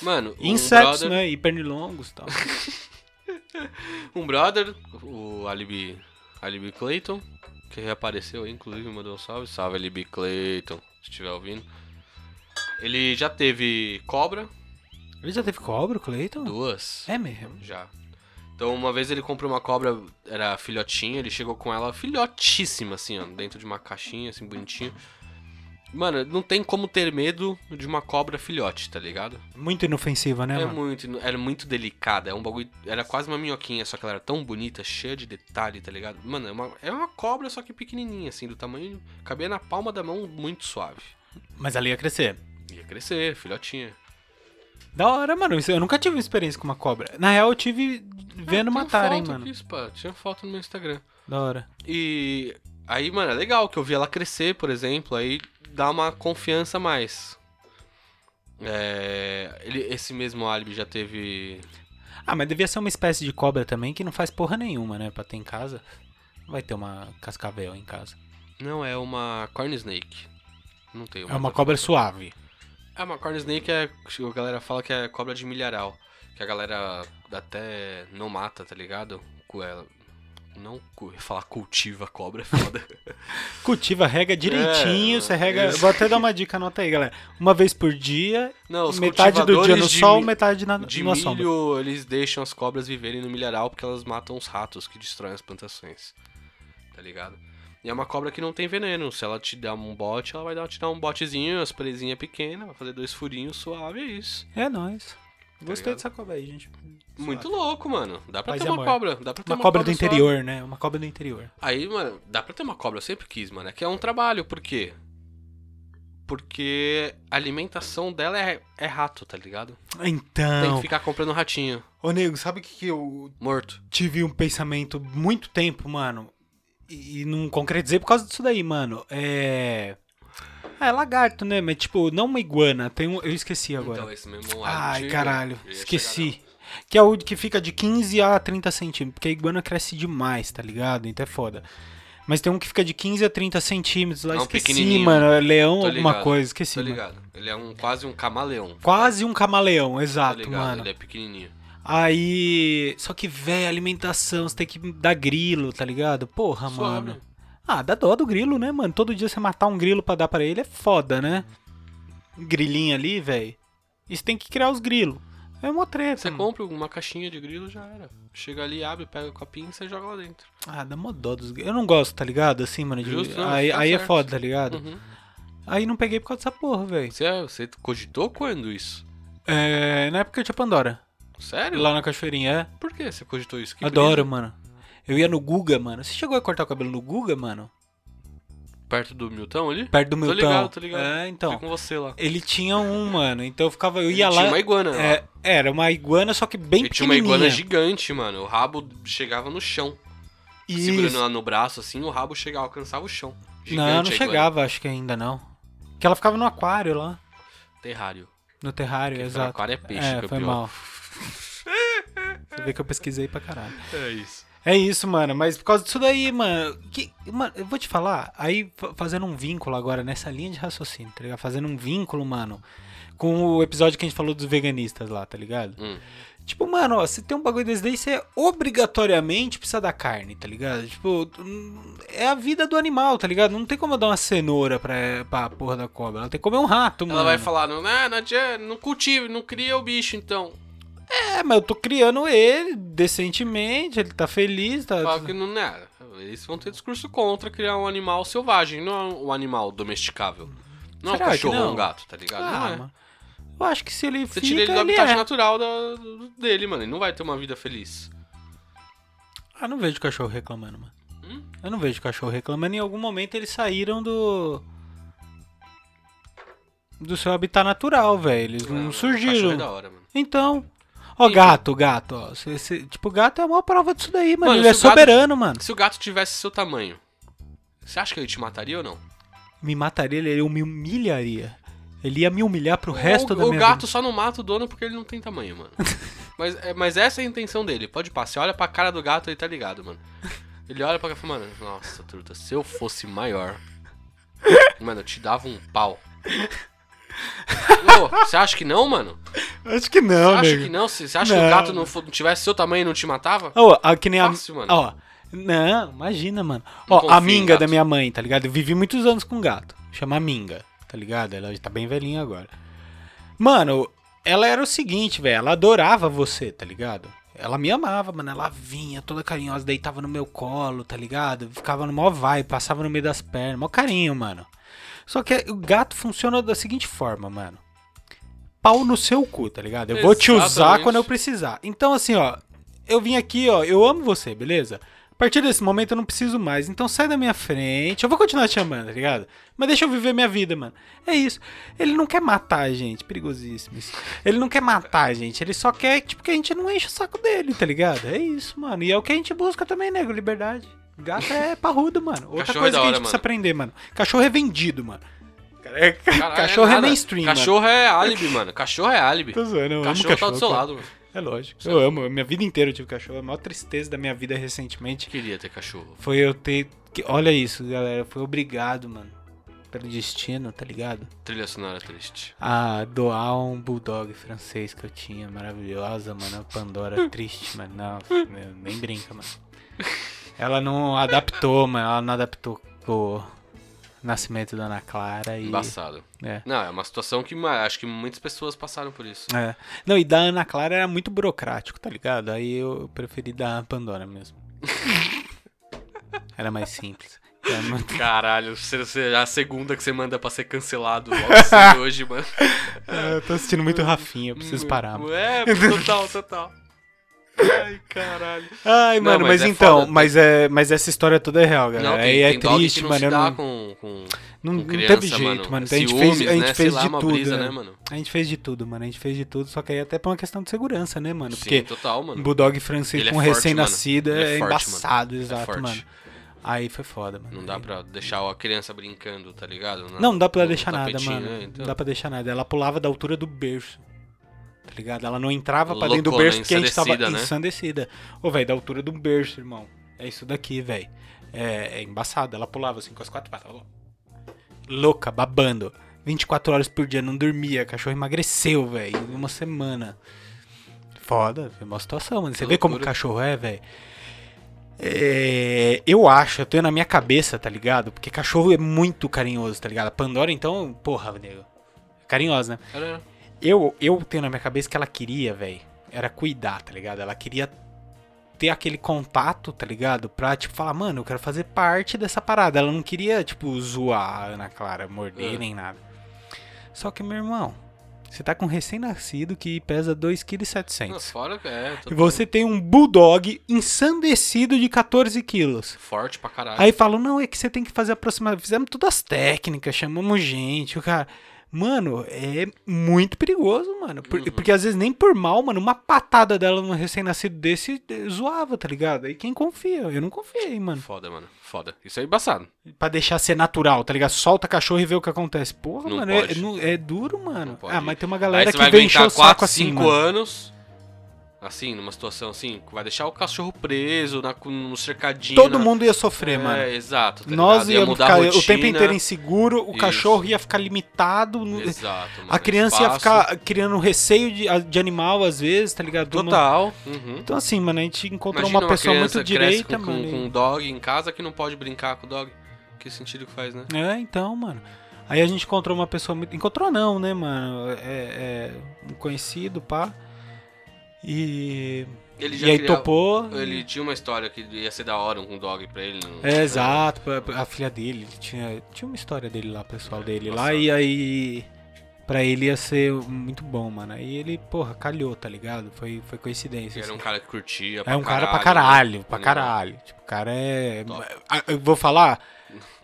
A: Mano, um
B: Insetos,
A: brother,
B: né? E pernilongos e tal.
A: um brother, o Alibi, Alibi Clayton, que reapareceu aí, inclusive mandou um salve. Salve, Alibi Clayton, se estiver ouvindo. Ele já teve cobra,
B: Ele já teve cobra, o Clayton?
A: duas.
B: É mesmo.
A: Já. Então, uma vez ele comprou uma cobra, era filhotinha, ele chegou com ela filhotíssima, assim, ó, dentro de uma caixinha, assim, bonitinha. Mano, não tem como ter medo de uma cobra filhote, tá ligado?
B: Muito inofensiva, né,
A: É
B: mano?
A: muito, ino- era muito delicada, é um bagulho, era quase uma minhoquinha, só que ela era tão bonita, cheia de detalhe, tá ligado? Mano, é uma, é uma cobra, só que pequenininha, assim, do tamanho, cabia na palma da mão, muito suave.
B: Mas ali ia crescer.
A: Ia crescer, filhotinha.
B: Da hora, mano. Isso- Eu nunca tive uma experiência com uma cobra. Na real, eu tive vendo
A: Ah, tem
B: matarem,
A: foto
B: mano.
A: aqui, Spa, tinha foto no meu Instagram.
B: Da hora.
A: E aí, mano, é legal que eu vi ela crescer, por exemplo, aí dá uma confiança a mais. É, ele, esse mesmo álibi já teve
B: Ah, mas devia ser uma espécie de cobra também que não faz porra nenhuma, né? Pra ter em casa. Não Vai ter uma cascavel em casa.
A: Não, é uma corn snake. Não tem
B: É uma cobra suave.
A: É uma corn snake, é, a galera fala que é cobra de milharal. Que a galera até não mata, tá ligado? Cu- Ela, não cu- falar cultiva a cobra é foda.
B: Cultiva, rega direitinho,
A: É,
B: você rega.
A: isso.
B: Vou até dar uma dica, anota aí, galera. Uma vez por dia,
A: Não, os
B: metade do dia
A: cultivadores
B: no
A: de
B: sol,
A: mi-
B: metade na,
A: De
B: na
A: milho,
B: sombra.
A: eles deixam as cobras viverem no milharal porque elas matam os ratos que destroem as plantações. Tá ligado? E é uma cobra que não tem veneno. Se ela te der um bote, ela vai dar, te dar um botezinho, as presinhas pequenas, vai fazer dois furinhos suave, é isso.
B: É nóis. Gostei
A: Tá ligado?
B: dessa cobra aí, gente.
A: Muito louco, mano. Dá pra
B: Paz
A: ter
B: e
A: uma
B: amor.
A: cobra. Dá pra ter
B: é Uma
A: uma,
B: cobra do
A: só.
B: interior, né? Uma cobra do interior.
A: Aí, mano, dá pra ter uma cobra. Eu sempre quis, mano. É que é um trabalho. Por quê? Porque a alimentação dela é, é rato, tá ligado? Tem que
B: Então.
A: ficar comprando ratinho
B: Ô, nego, sabe o que, que eu
A: morto.
B: tive um pensamento muito tempo, mano? E, e não concretizei por causa disso daí, mano. É. Ah, é lagarto, né? Mas, tipo, não uma iguana. Tem um... Eu esqueci agora.
A: Então, esse mesmo
B: Ai,
A: álibe-
B: caralho,
A: Eu ia chegar
B: esqueci. Que é o que fica de 15 a 30 centímetros, porque a iguana cresce demais, tá ligado? Então é foda. Mas tem um que fica de 15 a 30 centímetros lá,
A: É um
B: esqueci,
A: pequenininho.
B: mano. é Leão,
A: Tô
B: alguma
A: ligado,
B: coisa, esqueci.
A: Tô
B: mano.
A: ligado. Ele é um, quase um camaleão.
B: Quase um camaleão,
A: Tá
B: exato,
A: ligado?
B: mano.
A: Ele é pequenininho.
B: Aí. Só que, velho, alimentação, você tem que dar grilo, tá ligado? Porra,
A: Suave.
B: mano. Ah, dá dó do grilo, né, mano? Todo dia você matar um grilo pra dar pra Um ele é foda, né? Grilinho ali, velho. Isso tem que criar os grilos. É uma treta.
A: Você
B: mano.
A: compra uma caixinha de grilo, já era. Chega ali, abre, pega com a pinça e joga lá dentro.
B: Ah, dá mó dó dos. Eu não gosto, tá ligado? Assim, mano. de-
A: Justo, não,
B: aí
A: tá
B: aí é
A: certo.
B: foda, tá ligado?
A: Uhum.
B: Aí não peguei por causa dessa porra, velho.
A: Você, é, você cogitou quando isso?
B: É, na época eu tinha Pandora.
A: Sério?
B: Lá na cachoeirinha, é.
A: Por que você cogitou isso? Que
B: Adoro,
A: brisa.
B: mano. Eu ia no Guga, mano. Você chegou a cortar o cabelo no Guga, mano?
A: Perto do Milton ali?
B: Perto do meu
A: ligado, tô ligado.
B: É,
A: Fui
B: então.
A: com você lá.
B: Ele tinha um, mano. Então eu ficava. Eu
A: Ele
B: ia lá.
A: Tinha uma iguana lá.
B: É, era uma iguana, só que bem
A: Ele tinha uma iguana
B: pequenininha.
A: gigante, mano. O rabo chegava no chão. Segurando
B: Isso.
A: ela no braço, assim, o rabo chegava, alcançava o chão.
B: Não,
A: Gigante
B: não
A: a iguana.
B: chegava, acho que ainda não. Que ela ficava no aquário lá.
A: Terrário.
B: No terrário, exato.
A: Aquário é peixe,
B: é, foi
A: campeão.
B: mal. Você vê que eu pesquisei pra caralho.
A: É isso.
B: É isso, mano. Mas por causa disso daí, mano. Que, mano, eu vou te falar. Aí, fa- fazendo um vínculo agora nessa linha de raciocínio, tá ligado? Fazendo um vínculo, mano, com o episódio que a gente falou dos veganistas lá, tá ligado?
A: Hum.
B: Tipo, mano, ó, se tem um bagulho desse daí, você obrigatoriamente precisa da carne, tá ligado? Tipo, tu- hum, é a vida do animal, tá ligado? Não tem como eu dar uma cenoura pra, pra porra da cobra. Ela tem que comer um rato, mano.
A: Ela vai falar, não, né, não, não, adianta, não cultive, não cria o bicho, então.
B: É, mas eu tô criando ele decentemente, ele tá feliz, tá.
A: Fala que não é. Eles vão ter discurso contra criar um animal selvagem, não é um animal domesticável. Não é
B: Será
A: um
B: que
A: cachorro ou
B: não?
A: um gato, tá ligado?
B: Ah,
A: não é.
B: mano. Eu acho que se ele
A: Você
B: fica,
A: tira ele do
B: ele
A: habitat
B: é.
A: natural da- do- dele, mano. Ele não vai ter uma vida feliz.
B: Ah, não vejo cachorro reclamando, mano.
A: Hum?
B: Eu não vejo cachorro reclamando. Em algum momento eles saíram do. Do seu habitat natural, velho. Eles
A: Ah,
B: não,
A: mano, cachorro
B: surgiram.
A: É da hora, mano.
B: Então. Ó,
A: Enfim.
B: gato, gato, ó. Cê- cê- tipo, gato é a maior prova disso daí, mano.
A: Mano,
B: ele é
A: se o gato-
B: soberano, mano.
A: Se o gato tivesse seu tamanho, você acha que ele te mataria ou não?
B: Me mataria, ele, ele me humilharia. Ele ia me humilhar pro resto
A: o,
B: da
A: o
B: minha
A: gato
B: vida.
A: só não mata o dono porque ele não tem tamanho, mano. mas, é- mas essa é a intenção dele. Pode passar. Você olha pra cara do gato, ele tá ligado, mano. Ele olha pra cá e fala, mano, nossa, truta, se eu fosse maior, mano, eu te dava um pau. Ô, você acha que não, mano?
B: Acho que
A: Você
B: não,
A: acha
B: nego.
A: que não? Você você acha que
B: Não.
A: o gato não, fo- não tivesse seu tamanho e não te matava?
B: Ó, a- que nem a.
A: Fácil, mano.
B: Ó, não, imagina, mano.
A: Não
B: Ó, a
A: confio em
B: minga da
A: gato.
B: minha mãe, tá ligado? Eu vivi muitos anos com um gato. Chama Minga, tá ligado? Ela já tá bem velhinha agora. Mano, ela era o seguinte, velho. Ela adorava você, tá ligado? Ela me amava, mano. Ela vinha toda carinhosa, deitava no meu colo, tá ligado? Ficava no maior vai, passava no meio das pernas. Mó carinho, mano. Só que o gato funciona da seguinte forma, mano. Pau no seu cu, tá ligado? Eu vou te usar
A: Exatamente.
B: quando eu precisar. Então, assim, ó, eu vim aqui, ó, eu amo você, beleza? A partir desse momento eu não preciso mais, então sai da minha frente. Eu vou continuar te amando, tá ligado? Mas deixa eu viver minha vida, mano. É isso. Ele não quer matar a gente, perigosíssimo isso. Ele não quer matar a gente, ele só quer, tipo, que a gente não enche o saco dele, tá ligado? É isso, mano. E é o que a gente busca também, nego, liberdade. Gato é parrudo, mano. Outra
A: Cachorro é da
B: coisa que a
A: hora,
B: gente precisa
A: mano.
B: aprender, mano. Cachorro é vendido, mano. Cara, é-
A: Caralho,
B: cachorro é,
A: nada.
B: mainstream, mano.
A: Cachorro é álibe, mano. Cachorro é álibe.
B: Tô zoando, eu amo
A: Cachorro, tá do seu
B: cara.
A: lado, mano.
B: É lógico. Eu amo. Minha vida inteira eu tive cachorro. A maior tristeza da minha vida recentemente
A: Queria ter cachorro.
B: foi eu ter. que- Olha isso, galera. Foi obrigado, mano. Pelo destino, tá ligado?
A: Trilha sonora triste.
B: A doar um bulldog francês que eu tinha, maravilhosa, mano. A Pandora triste, mano. Não, meu, nem brinca, mano. Ela não adaptou, mano. Ela não adaptou o nascimento da Ana Clara e.
A: Embaçado.
B: É.
A: Não, é uma situação que ma- acho que muitas pessoas passaram por isso.
B: É. Não, e da Ana Clara era muito burocrático, tá ligado? Aí eu preferi da Pandora mesmo. era mais simples. Era muito-
A: Caralho, você- você- a segunda que você manda pra ser cancelado logo assim hoje, mano.
B: É, eu tô assistindo muito Rafinha, eu preciso parar. mano.
A: É, total, total. Ai, caralho.
B: Ai,
A: Não,
B: mano,
A: mas
B: mas,
A: é
B: então,
A: foda.
B: mas, é, mas essa história toda é real, galera.
A: Não, tem,
B: Aí é
A: tem dog
B: triste,
A: que não
B: mano.
A: se
B: eu
A: dá
B: não-
A: com, com,
B: Não,
A: com
B: não
A: criança,
B: teve jeito, mano. Então a gente
A: Ciúmes,
B: fez, a gente
A: né?
B: fez
A: Sei lá,
B: de
A: uma
B: tudo.
A: brisa,
B: né?
A: né, mano?
B: A gente fez de tudo, mano. A gente fez de tudo, só que aí é até por uma questão de segurança, né, mano? Porque
A: Sim, total, mano.
B: Bulldog francês
A: Ele é
B: com
A: forte,
B: recém-nascido
A: mano. Ele
B: é,
A: é forte, mano.
B: embaçado,
A: É
B: exato,
A: forte.
B: mano. Aí foi foda, mano.
A: Não dá pra deixar a criança brincando, tá ligado? Na-
B: Não, não dá pra
A: no
B: deixar nada,
A: tapetinho,
B: mano.
A: né? Então,
B: Não dá pra deixar nada. Ela pulava da altura do berço. Tá ligado? Ela não entrava pra
A: Loucona,
B: dentro do berço porque a gente tava
A: ensandecida, né?
B: ensandecida. Ô, velho, da altura do berço, irmão. É isso daqui, velho. É, é embaçado. Ela pulava assim com as quatro patas. Louca, babando. 24 horas por dia, não dormia. Cachorro emagreceu, velho. Em uma semana. Foda, foi uma situação, mano. Você
A: Que
B: vê como o
A: loucura.
B: cachorro é, velho? É, eu acho, eu tenho na minha cabeça, tá ligado? Porque cachorro é muito carinhoso, tá ligado? A Pandora, então, porra, nego. Carinhosa, né?
A: era-
B: Eu, eu tenho na minha cabeça que ela queria, velho, era cuidar, tá ligado? Ela queria ter aquele contato, tá ligado? Pra, tipo, falar, mano, eu quero fazer parte dessa parada. Ela não queria, tipo, zoar a Ana Clara, morder
A: Ah.
B: nem nada. Só que, meu irmão, você tá com um recém-nascido que pesa 2,7
A: Não,
B: kg.
A: fora que é. tô-
B: E você tem um bulldog ensandecido de 14 quilos.
A: Forte pra caralho.
B: Aí falam, não, é que você tem que fazer aproximar. Fizemos todas as técnicas, chamamos gente, o cara. Mano, é muito perigoso, mano. Por-
A: Uhum.
B: Porque às vezes nem por mal, mano, uma patada dela num recém-nascido desse eh, zoava, tá ligado? Aí quem confia? Eu não confiei, mano.
A: Foda, mano. Foda. Isso é embaçado.
B: Pra deixar ser natural, tá ligado? Solta cachorro e vê o que acontece. Porra,
A: Não
B: mano, é,
A: pode.
B: não- é duro, mano.
A: pode.
B: Ah, mas tem uma
A: Aí
B: galera
A: você
B: que
A: vai
B: vem encher o
A: aguentar
B: saco
A: 4,
B: assim,
A: 5
B: mano.
A: anos. Assim, numa situação assim, que vai deixar o cachorro preso, na, no cercadinho.
B: Todo
A: na-
B: mundo ia sofrer,
A: É,
B: mano.
A: exato. tá
B: Nós
A: ligado? ia
B: íamos
A: mudar
B: ficar
A: a rotina.
B: o tempo inteiro inseguro, o
A: Isso.
B: cachorro ia ficar limitado. no-
A: Exato, mano.
B: A criança ia
A: Espaço.
B: ficar criando receio de, de animal, às vezes, tá ligado? Do-
A: Total. Uhum.
B: Então, assim, mano, a gente encontrou
A: Imagina
B: uma pessoa
A: criança
B: muito
A: cresce
B: direita,
A: com,
B: mano.
A: Com,
B: e-
A: com um dog em casa que não pode brincar com o dog. Que sentido que faz, né?
B: É, então, mano. Aí a gente encontrou uma pessoa muito. Encontrou não, né, mano? É, é um conhecido, pá. E.
A: Ele
B: E aí
A: criava-
B: topou.
A: Ele tinha uma história que ia ser da hora um dog pra ele. Não...
B: É, exato. pra- A filha dele ele tinha, tinha uma história dele lá, pessoal dele lá.
A: passado.
B: E aí, pra ele ia ser muito bom, mano. Aí ele, porra, calhou, tá ligado? Foi, foi coincidência.
A: Era um
B: assim.
A: cara que curtia.
B: É um cara pra
A: né?
B: caralho, pra
A: Animal.
B: caralho. Tipo, o cara é.
A: Top.
B: Ah, Eu vou falar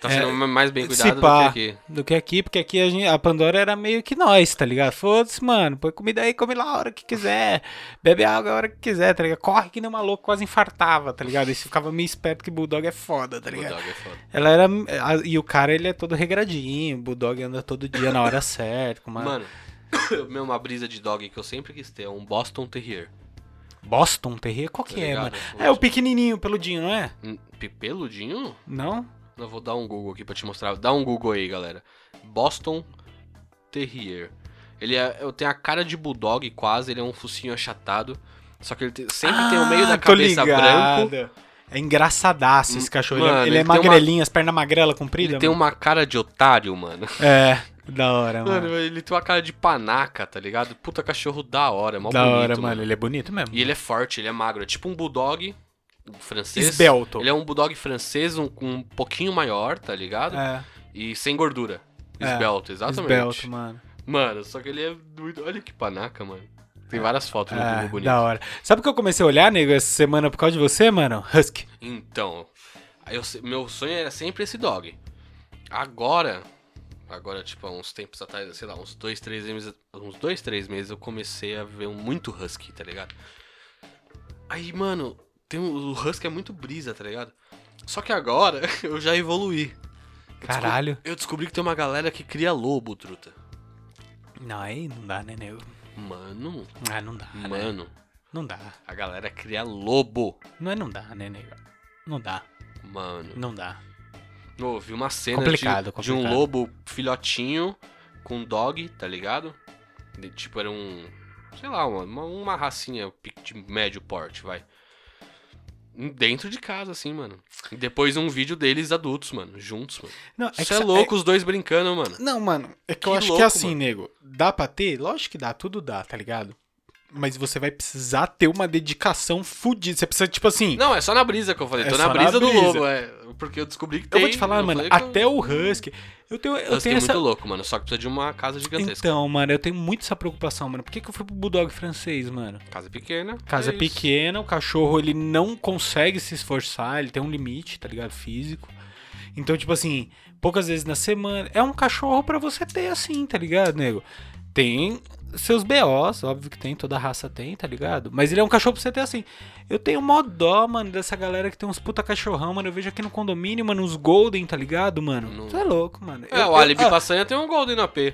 A: Tá sendo mais bem
B: É, se
A: cuidado do que
B: pá. tá
A: aqui.
B: do que aqui, porque aqui a, gente- a Pandora era meio que nós, tá ligado? Foda-se, mano. Põe comida aí, come lá a hora que quiser. Bebe água a hora que quiser, tá ligado? Corre que nem um maluco, quase infartava, tá ligado? Isso ficava meio esperto que Bulldog é foda, tá ligado?
A: Bulldog é foda.
B: Ela era. a- e o cara, ele é todo regradinho. O Bulldog anda todo dia na hora certa. Com uma...
A: Mano, meu, uma brisa de dog que eu sempre quis ter é um Boston Terrier.
B: Boston Terrier? Qual que
A: Tá
B: é,
A: ligado?
B: mano? É o pequenininho, peludinho, não é?
A: Hum, pe- Peludinho?
B: Não?
A: Eu vou dar um Google aqui pra te mostrar. Dá um Google aí, galera. Boston Terrier. Ele é, eu tenho a cara de bulldog quase, ele é um focinho achatado. Só que ele tem- sempre tem o meio
B: Ah,
A: da
B: tô
A: cabeça
B: ligado.
A: branco.
B: É engraçadaço esse
A: Hum,
B: cachorro.
A: mano,
B: ele, ele é
A: ele tem uma-
B: magrelinho, as pernas magrelas compridas.
A: Ele tem
B: mano.
A: uma cara de otário, mano.
B: É, da hora, mano.
A: Mano, ele é tem uma cara de panaca, tá ligado? Puta cachorro da hora, mó
B: da
A: bonito.
B: hora, mano. Ele é bonito mesmo.
A: E ele é forte, ele é magro. É tipo um bulldog francês.
B: Esbelto.
A: Ele é um bulldog francês, um, um pouquinho maior, tá ligado?
B: É,
A: E sem gordura.
B: É,
A: Esbelto, exatamente.
B: esbelto, mano.
A: Mano, só que ele é doido. Olha que panaca, mano. Tem várias fotos no Google
B: É,
A: bonito.
B: da hora. Sabe o que eu comecei a olhar, nego, essa semana por causa de você, mano? Husky.
A: Então, aí eu se- meu sonho era sempre esse dog. Agora, agora, tipo, há uns tempos atrás, sei lá, uns dois, três meses, uns dois, três meses, eu comecei a ver um muito husky, tá ligado? Aí, mano, tem um, o husky é muito brisa, tá ligado? Só que agora eu já evoluí. Eu
B: Caralho.
A: descobri- eu descobri que tem uma galera que cria lobo, truta.
B: Não, aí não dá, né, nego?
A: Mano,
B: Ah, não dá, né?
A: mano,
B: Não dá.
A: a galera cria lobo.
B: Não é não dá, né, nego? Não dá,
A: Mano.
B: não dá.
A: Eu vi uma cena de-
B: Complicado,
A: de, um
B: complicado.
A: lobo filhotinho com um dog, tá ligado? De- tipo, era um. Sei lá, uma, uma, uma racinha pe- de médio porte, vai. Dentro de casa, assim, mano. E depois um vídeo deles adultos, mano. Juntos, mano.
B: Não,
A: Isso
B: que
A: é
B: sa-
A: louco, os dois brincando, mano.
B: Não, mano, é que, eu
A: Que
B: acho que
A: louco,
B: é assim,
A: mano.
B: nego. Dá pra ter? Lógico que dá, tudo dá, tá ligado? Mas você vai precisar ter uma dedicação fudida. Você precisa, tipo assim.
A: Não, é só na brisa que eu falei.
B: É
A: Tô
B: só
A: na
B: na
A: brisa, do
B: brisa.
A: lobo, é. Porque eu descobri que
B: eu
A: tem.
B: vou te falar,
A: eu
B: mano,
A: falei que eu-
B: até o Husky. Eu tenho, eu
A: Husky é
B: tenho
A: muito
B: essa.
A: louco, mano. Só que precisa de uma casa gigantesca.
B: Então, mano, eu tenho muito essa preocupação, mano. Por que, que eu fui pro Bulldog francês, mano?
A: Casa pequena.
B: Então, Casa
A: é isso.
B: pequena, o cachorro ele não consegue se esforçar, ele tem um limite, tá ligado? Físico. Então, tipo assim, poucas vezes na semana. É um cachorro pra você ter assim, tá ligado, nego? Tem seus BOs, óbvio que tem, toda raça tem, tá ligado? Mas ele é um cachorro pra você ter assim. Eu tenho mó dó, mano, dessa galera que tem uns puta cachorrão, mano. Eu vejo aqui no condomínio, mano, uns Golden, tá ligado, mano?
A: Não.
B: Você é louco, mano.
A: É,
B: Eu-
A: o Alibi
B: eu, ah,
A: Passanha tem um Golden no AP.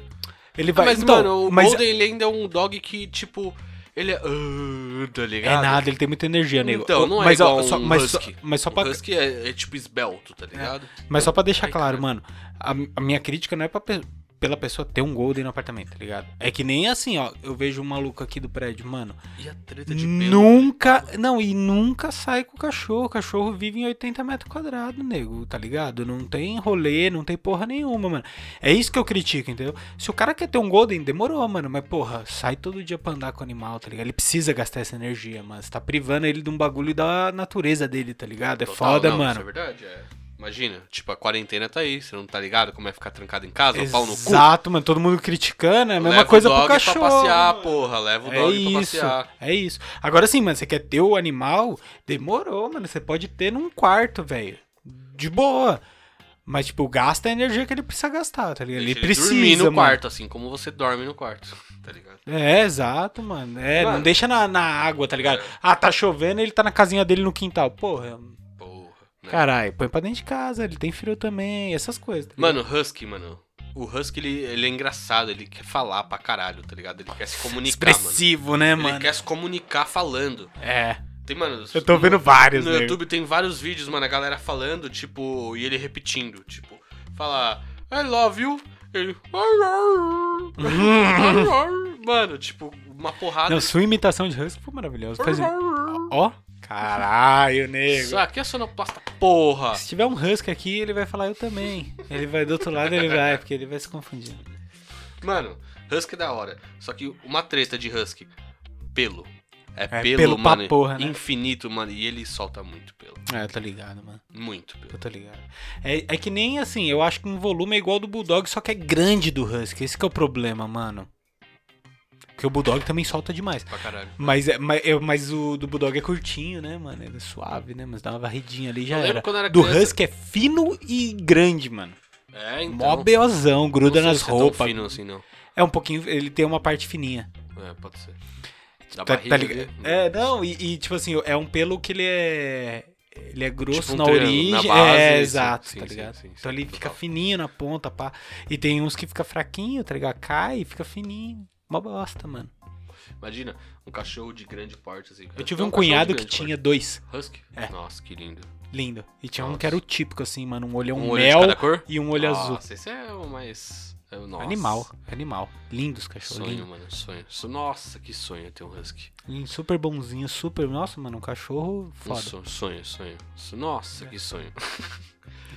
B: Ele vai.
A: Ah, mas,
B: então,
A: mano, o
B: mas
A: Golden ele ainda é um dog que, tipo, ele é. "Ah", tá
B: É
A: ligado?
B: nada, ele tem muita energia, nego.
A: Então, não é
B: mas,
A: igual
B: ó, só,
A: um
B: mas, só-
A: husky.
B: mas só
A: O
B: pra
A: Husky é, é, tipo esbelto, tá ligado?
B: Mas só pra deixar
A: Ai,
B: claro,
A: cara.
B: mano, a, a minha crítica não é pra pe- pela pessoa ter um Golden no apartamento, tá ligado? É que nem assim, ó. Eu vejo um maluco aqui do prédio, mano.
A: E a treta de pelo?
B: Nunca. Não, e nunca sai com o cachorro. O cachorro vive em 80 metros quadrados, nego, tá ligado? Não tem rolê, não tem porra nenhuma, mano. É isso que eu critico, entendeu? Se o cara quer ter um Golden, demorou, mano. Mas, porra, sai todo dia pra andar com o animal, tá ligado? Ele precisa gastar essa energia, mano. Você tá privando ele de um bagulho da natureza dele, tá ligado? É
A: Total,
B: foda,
A: não, Isso
B: mano.
A: é verdade, é. Imagina, tipo, a quarentena tá aí, você não tá ligado como é ficar trancado em casa, o pau no cu.
B: Exato, mano. Todo mundo criticando. É a mesma
A: Leva
B: coisa
A: o
B: pro
A: dog
B: cachorro.
A: pra passear, porra. Leva o
B: É
A: dog pra
B: isso,
A: passear.
B: é isso. Agora sim, mano, você quer ter o animal? Demorou, mano. Você pode ter num quarto, velho. De boa. Mas, tipo, gasta a energia que ele precisa gastar, tá ligado?
A: Deixa
B: Ele, precisa.
A: dormir no
B: mano.
A: quarto, assim como você dorme no quarto, tá ligado?
B: É, exato, mano. É,
A: Mano.
B: não deixa na, na água, tá ligado?
A: É.
B: Ah, tá chovendo ele tá na casinha dele no quintal. Porra,
A: Porra. né?
B: caralho, põe pra dentro de casa, ele tem filho também, essas coisas. tá ligado?
A: Mano, o Husky, mano. O Husky, ele, ele é engraçado, ele quer falar pra caralho, tá ligado? Ele quer se comunicar, mano.
B: expressivo, né,
A: Ele
B: mano?
A: quer se comunicar falando.
B: É.
A: Tem, mano.
B: Eu tô vendo vários,
A: No
B: né?
A: YouTube tem vários vídeos, mano, a galera falando, tipo, e ele repetindo, tipo, fala, I love you. Ele. mano, tipo, uma porrada.
B: Não, sua imitação de Husky foi maravilhosa. Faz um-
A: de...
B: Ó. Caralho, nego.
A: Isso aqui é sonoplasta, porra.
B: Se tiver um Husky aqui, ele vai falar eu também. Ele vai do outro lado, ele vai, porque ele vai se confundir.
A: Mano, Husky é da hora. Só que uma treta de Husky. Pelo. É,
B: É,
A: pelo,
B: pelo pra
A: mano.
B: porra, né?
A: Infinito, mano. E ele solta muito pelo.
B: Ah, eu tô ligado, mano.
A: Muito pelo.
B: Eu tô ligado. É, é que nem assim, eu acho que um volume é igual ao do Bulldog, só que é grande do Husky. Esse que é o problema, mano. Porque o Bulldog também solta demais.
A: Pra caralho.
B: Mas, é, mas, é- mas o do Bulldog é curtinho, né, mano? Ele é suave, né? Mas dá uma varridinha ali e já
A: Eu lembro
B: era.
A: quando eu era
B: Do
A: criança.
B: Husky é fino e grande, mano.
A: É, então.
B: Mó beozão,
A: não
B: gruda
A: sei
B: nas
A: se É tão
B: roupas.
A: fino assim, não.
B: é um pouquinho, ele tem uma parte fininha.
A: É, pode ser. Da
B: Tá- tá
A: barriga né?
B: liga-
A: ali.
B: É, não, e, e, tipo assim, é um pelo que ele é. Ele é grosso
A: Tipo um
B: na
A: triângulo,
B: origem.
A: na base,
B: é,
A: sim,
B: exato,
A: sim,
B: tá
A: sim,
B: ligado?
A: sim, sim,
B: então ele fica
A: total.
B: fininho na ponta, pá. E tem uns que fica fraquinho, tá ligado? Cai e fica fininho. Mó bosta, mano.
A: Imagina, um cachorro de grande porte, assim.
B: Eu tive
A: Não,
B: um
A: cachorro de
B: cunhado que
A: grande
B: tinha dois.
A: porte. Husky?
B: É.
A: Nossa, que lindo.
B: Lindo. E tinha um
A: Nossa.
B: que era o típico, assim, mano. Um olhão
A: Um olho de
B: mel
A: cada cor?
B: e um olho azul.
A: Nossa, esse é o mais... é o- Nossa.
B: Animal, animal. Lindos cachorros.
A: Sonho,
B: Lindo.
A: mano, sonho. So- Nossa, que sonho ter um Husky.
B: Lindo, Super bonzinho, super. Nossa, mano, um cachorro
A: Um
B: foda.
A: sonho, sonho, sonho. So- Nossa, que sonho.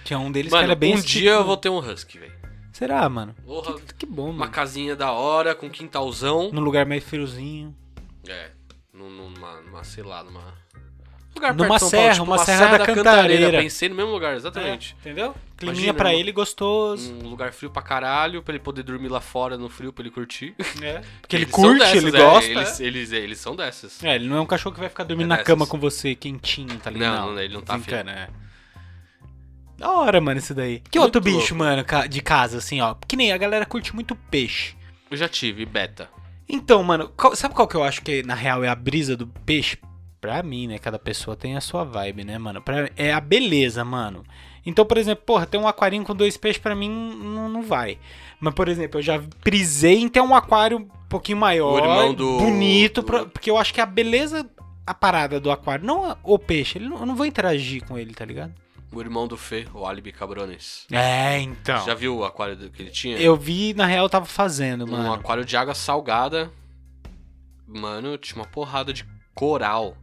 B: Tinha um deles que
A: mano,
B: era bem.
A: um
B: esse
A: dia eu
B: tipo-
A: vou ter um Husky, velho.
B: Será, mano?
A: Porra,
B: Que, que bom,
A: Uma
B: mano.
A: casinha da hora, com quintalzão.
B: Num lugar mais friozinho.
A: É, num- numa, numa, sei lá, numa... Lugar
B: Numa serra,
A: tipo
B: uma serra da Cantareira.
A: Pensei no mesmo lugar, exatamente.
B: É, entendeu? Climinha
A: Imagina, né?
B: pra
A: uma-
B: ele gostoso.
A: Um lugar frio pra caralho, pra ele poder dormir lá fora no frio, pra ele curtir.
B: É. Porque ele
A: Hum. Eles são
B: curte,
A: dessas,
B: ele
A: é,
B: gosta.
A: Eles, eles, eles são dessas.
B: É, ele não é um cachorro que vai ficar dormindo
A: É
B: na
A: dessas.
B: cama com você, quentinho, tá ligado?
A: Não, ele não tá afim.
B: Desencana, é. Da hora, mano, isso daí. Que
A: Muito
B: outro bicho,
A: louco.
B: mano, ca- de casa, assim, ó. Que nem a galera curte muito peixe.
A: Eu já tive, beta.
B: Então, mano, qual- sabe qual que eu acho que na real é a brisa do peixe? Pra mim, né? Cada pessoa tem a sua vibe, né, mano? Pra- é a beleza, mano. Então, por exemplo, porra, ter um aquarinho com dois peixes pra mim não, não vai. Mas, por exemplo, eu já prisei em ter um aquário um pouquinho maior,
A: O irmão do-
B: bonito,
A: do-
B: pra- porque eu acho que a beleza, a parada do aquário, não a- o peixe, ele não- eu não vou interagir com ele, tá ligado?
A: O irmão do Fê, o Alibi Cabrones.
B: É, então.
A: Já viu o aquário do- que ele tinha?
B: Eu vi, na real, eu tava fazendo,
A: Um
B: mano.
A: aquário de água salgada. Mano, tinha uma porrada de coral.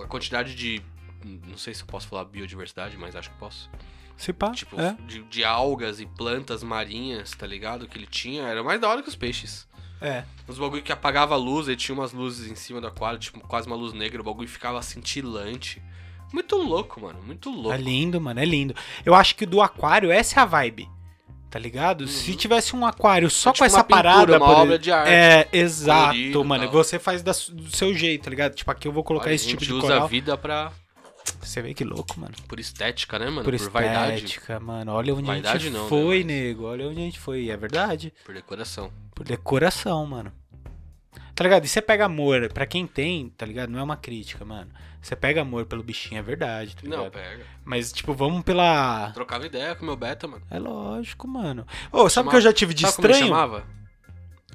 A: A quantidade de. Não sei se eu posso falar biodiversidade, mas acho que posso.
B: Se pá,
A: Tipo,
B: é.
A: de, de algas e plantas marinhas, tá ligado? Que ele tinha. Era mais da hora que os peixes.
B: é.
A: Uns bagulho que apagava a luz, ele tinha umas luzes em cima do aquário, tipo, quase uma luz negra, o bagulho ficava cintilante. Muito louco, mano. Muito louco.
B: É lindo, mano, é lindo. Eu acho que do aquário, essa é a vibe. Tá ligado? Se tivesse um aquário
A: Uhum.
B: só
A: É
B: com
A: tipo
B: essa
A: uma pintura,
B: parada.
A: uma
B: por
A: obra
B: exemplo-
A: de arte.
B: É, exato,
A: colorido e
B: mano.
A: tal.
B: Você faz da su- do seu jeito, tá ligado? Tipo, aqui eu vou colocar
A: Olha,
B: esse tipo
A: A
B: de
A: gente usa a
B: coral.
A: vida pra,
B: Você vê que louco, mano.
A: por estética, né, mano?
B: por
A: Por, vaidade.
B: estética, mano. Olha onde a
A: Vaidade
B: gente
A: não, né,
B: foi, nego. Olha onde a gente foi. E é verdade.
A: Por decoração.
B: Por decoração, mano. Tá ligado? E você pega amor, pra quem tem, tá ligado? Não é uma crítica, mano. Você pega amor pelo bichinho, é verdade, tá
A: Não,
B: ligado?
A: pega.
B: Mas, tipo, vamos pela.
A: Trocava ideia com o meu beta, mano.
B: É lógico, mano. Ô, sabe o
A: Chamava-
B: que eu já tive de
A: Sabe como ele
B: estranho?
A: chamava?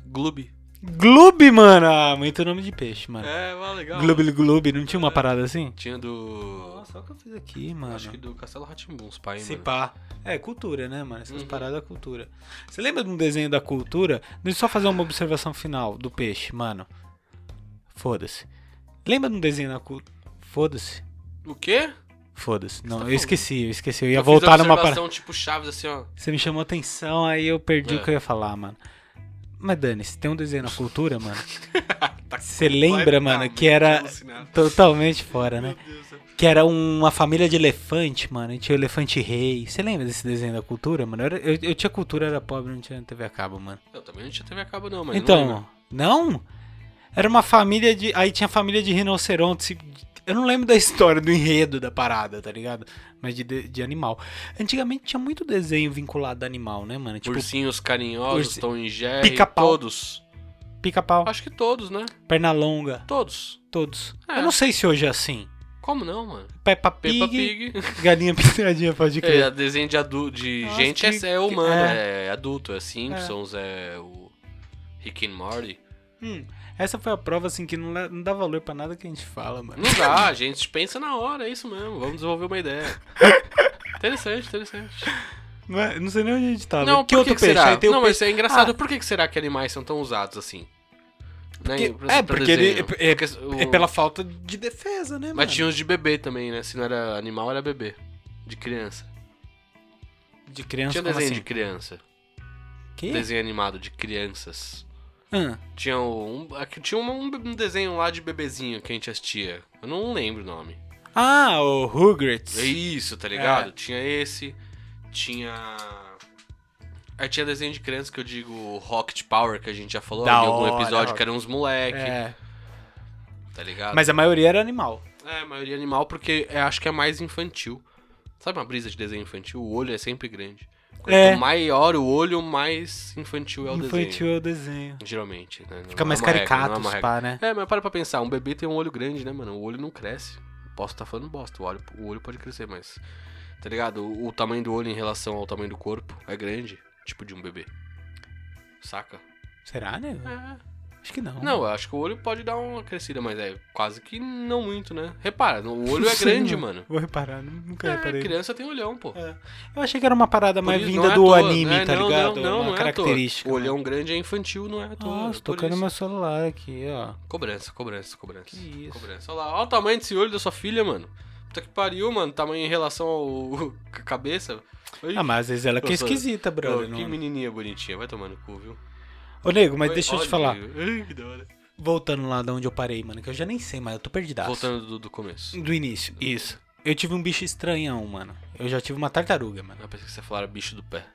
A: Gloob.
B: Gloob, mano! Ah, muito nome de peixe, mano.
A: É, mas legal.
B: Gloob, Gloob, não tinha uma parada assim?
A: Tinha do.
B: Nossa, olha o que eu fiz aqui, mano.
A: Acho que do Castelo Ratimbum, os pai,
B: Se
A: mano.
B: pá. É, cultura, né, mano? Essas
A: Uhum.
B: paradas é cultura. Você lembra de um desenho da cultura? Deixa eu só fazer uma observação final do peixe, mano. Foda-se. Lembra de um desenho da cultura? Foda-se.
A: O quê?
B: Foda-se. Não, tá eu
A: falando?
B: esqueci, eu esqueci. Eu ia
A: Eu fiz a
B: voltar numa parada.
A: observação, tipo Chaves, assim, ó.
B: Você me chamou atenção, aí eu perdi
A: É.
B: o que eu ia falar, mano. Mas Dani, se tem um desenho na cultura, mano.
A: Tá
B: Você lembra, mano, que era
A: Alucinado.
B: totalmente fora,
A: assim, né? Meu
B: né?
A: Deus, é. do céu.
B: Que era uma família de elefante, mano. E tinha o elefante rei. Você lembra desse desenho da cultura, mano? Eu, era- eu- eu tinha cultura, era pobre, não tinha TV a cabo, mano.
A: Eu também não tinha TV a cabo, não, mas. não lembro.
B: então, não, Era uma família de. Aí tinha família de rinocerontes. e- Eu não lembro da história, do enredo da parada, tá ligado? Mas de, de, de animal. Antigamente tinha muito desenho vinculado a animal, né, mano? Tipo,
A: Ursinhos carinhosos,
B: Ursi-
A: Tom e Jerry,
B: Pica-pau.
A: todos.
B: pica-pau,
A: Acho que todos, né?
B: perna longa,
A: Todos.
B: todos.
A: É.
B: Eu não sei se hoje é assim.
A: Como não, mano?
B: Peppa Pig,
A: Peppa Pig.
B: galinha pintadinha, pode crer.
A: É, desenho de, adu de
B: Nossa,
A: gente é-
B: que-
A: é, humano, é.
B: é.
A: adulto, é Simpsons, é, o Rick and Morty.
B: Hum, essa foi a prova, assim, que não, le- não dá valor pra nada que a gente fala, mano.
A: Não dá, a gente pensa na hora, é isso mesmo, vamos desenvolver uma ideia. interessante, interessante.
B: Não, é- não sei nem onde a gente tava.
A: Não,
B: que
A: por
B: outro
A: que
B: peixe?
A: será?
B: Aí tem o
A: não,
B: peixe- Ah.
A: mas é engraçado, por que, que será que animais são tão usados assim? Né,
B: Porque-
A: pra-
B: é,
A: pra
B: porque ele-
A: desenho.
B: é- é-
A: Porque
B: É
A: o-
B: pela falta de defesa, né, mano?
A: Mas tinha os de bebê também, né? Se não era animal, era bebê. De criança.
B: De criança,
A: um- Tinha
B: como
A: desenho
B: assim?
A: de criança.
B: Que?
A: Desenho animado de crianças.
B: Hum,
A: Tinha um, aqui tinha um, um desenho lá de bebezinho que a gente assistia. Eu não lembro o nome.
B: Ah, o Rugrats.
A: É isso, tá
B: É.
A: ligado? Tinha esse, tinha. Aí tinha desenho de criança que eu digo o Rocket Power, que a gente já falou
B: Da
A: em algum
B: hora,
A: episódio,
B: Rocket.
A: que eram uns moleque,
B: É,
A: tá ligado?
B: mas a maioria era animal.
A: É, a maioria animal, porque é- acho que é mais infantil. Sabe uma brisa de desenho infantil? O olho é sempre grande. Quanto
B: É.
A: maior o olho, mais infantil é o desenho.
B: Infantil é o desenho.
A: Geralmente, né? Não
B: Fica
A: é
B: mais
A: uma regra, não é
B: caricato,
A: uma
B: os
A: regra.
B: pá, né?
A: É, mas para pra pensar, um bebê tem um olho grande, né, mano? O olho não cresce. Posso estar falando bosta, o olho, o olho pode crescer, mas. Tá ligado? O, o tamanho do olho em relação ao tamanho do corpo é grande, tipo de um bebê. Saca?
B: Será, né?
A: É.
B: Acho que não.
A: Não, eu acho que o olho pode dar uma crescida, mas é quase que não muito, né? Repara, o olho é
B: Sei,
A: grande, mano.
B: Vou reparar, nu- nunca
A: É,
B: reparei.
A: criança tem olhão, pô.
B: É, Eu achei que era uma parada mais
A: Por isso-
B: vinda
A: não é à
B: do
A: toa,
B: anime,
A: né?
B: tá
A: Não,
B: ligado?
A: Não, não, não
B: uma
A: é à toa.
B: característica. né?
A: O olhão grande é infantil, não é à toa.
B: Nossa,
A: é por
B: tocando
A: isso.
B: meu celular aqui, ó.
A: Cobrança, cobrança, cobrança.
B: Que isso.
A: Cobrança. Olha lá, olha o tamanho desse olho da sua filha, mano. Puta que pariu, mano. Tamanho em relação ao à cabeça. Oi.
B: Ah, mas às vezes ela que é
A: Professor,
B: esquisita,
A: Ô,
B: brother.
A: que
B: não- é?
A: menininha bonitinha. Vai tomar no cu, viu?
B: Ô, nego, mas
A: Oi,
B: deixa eu te
A: olha,
B: falar.
A: Ai, que da hora.
B: Voltando lá de onde eu parei, mano, que eu já nem sei, mas eu tô perdidaço.
A: Voltando do, do começo.
B: Do início, isso. Eu tive um bicho estranhão, mano. Eu já tive uma tartaruga, mano.
A: Eu pensei que você falara bicho do pé.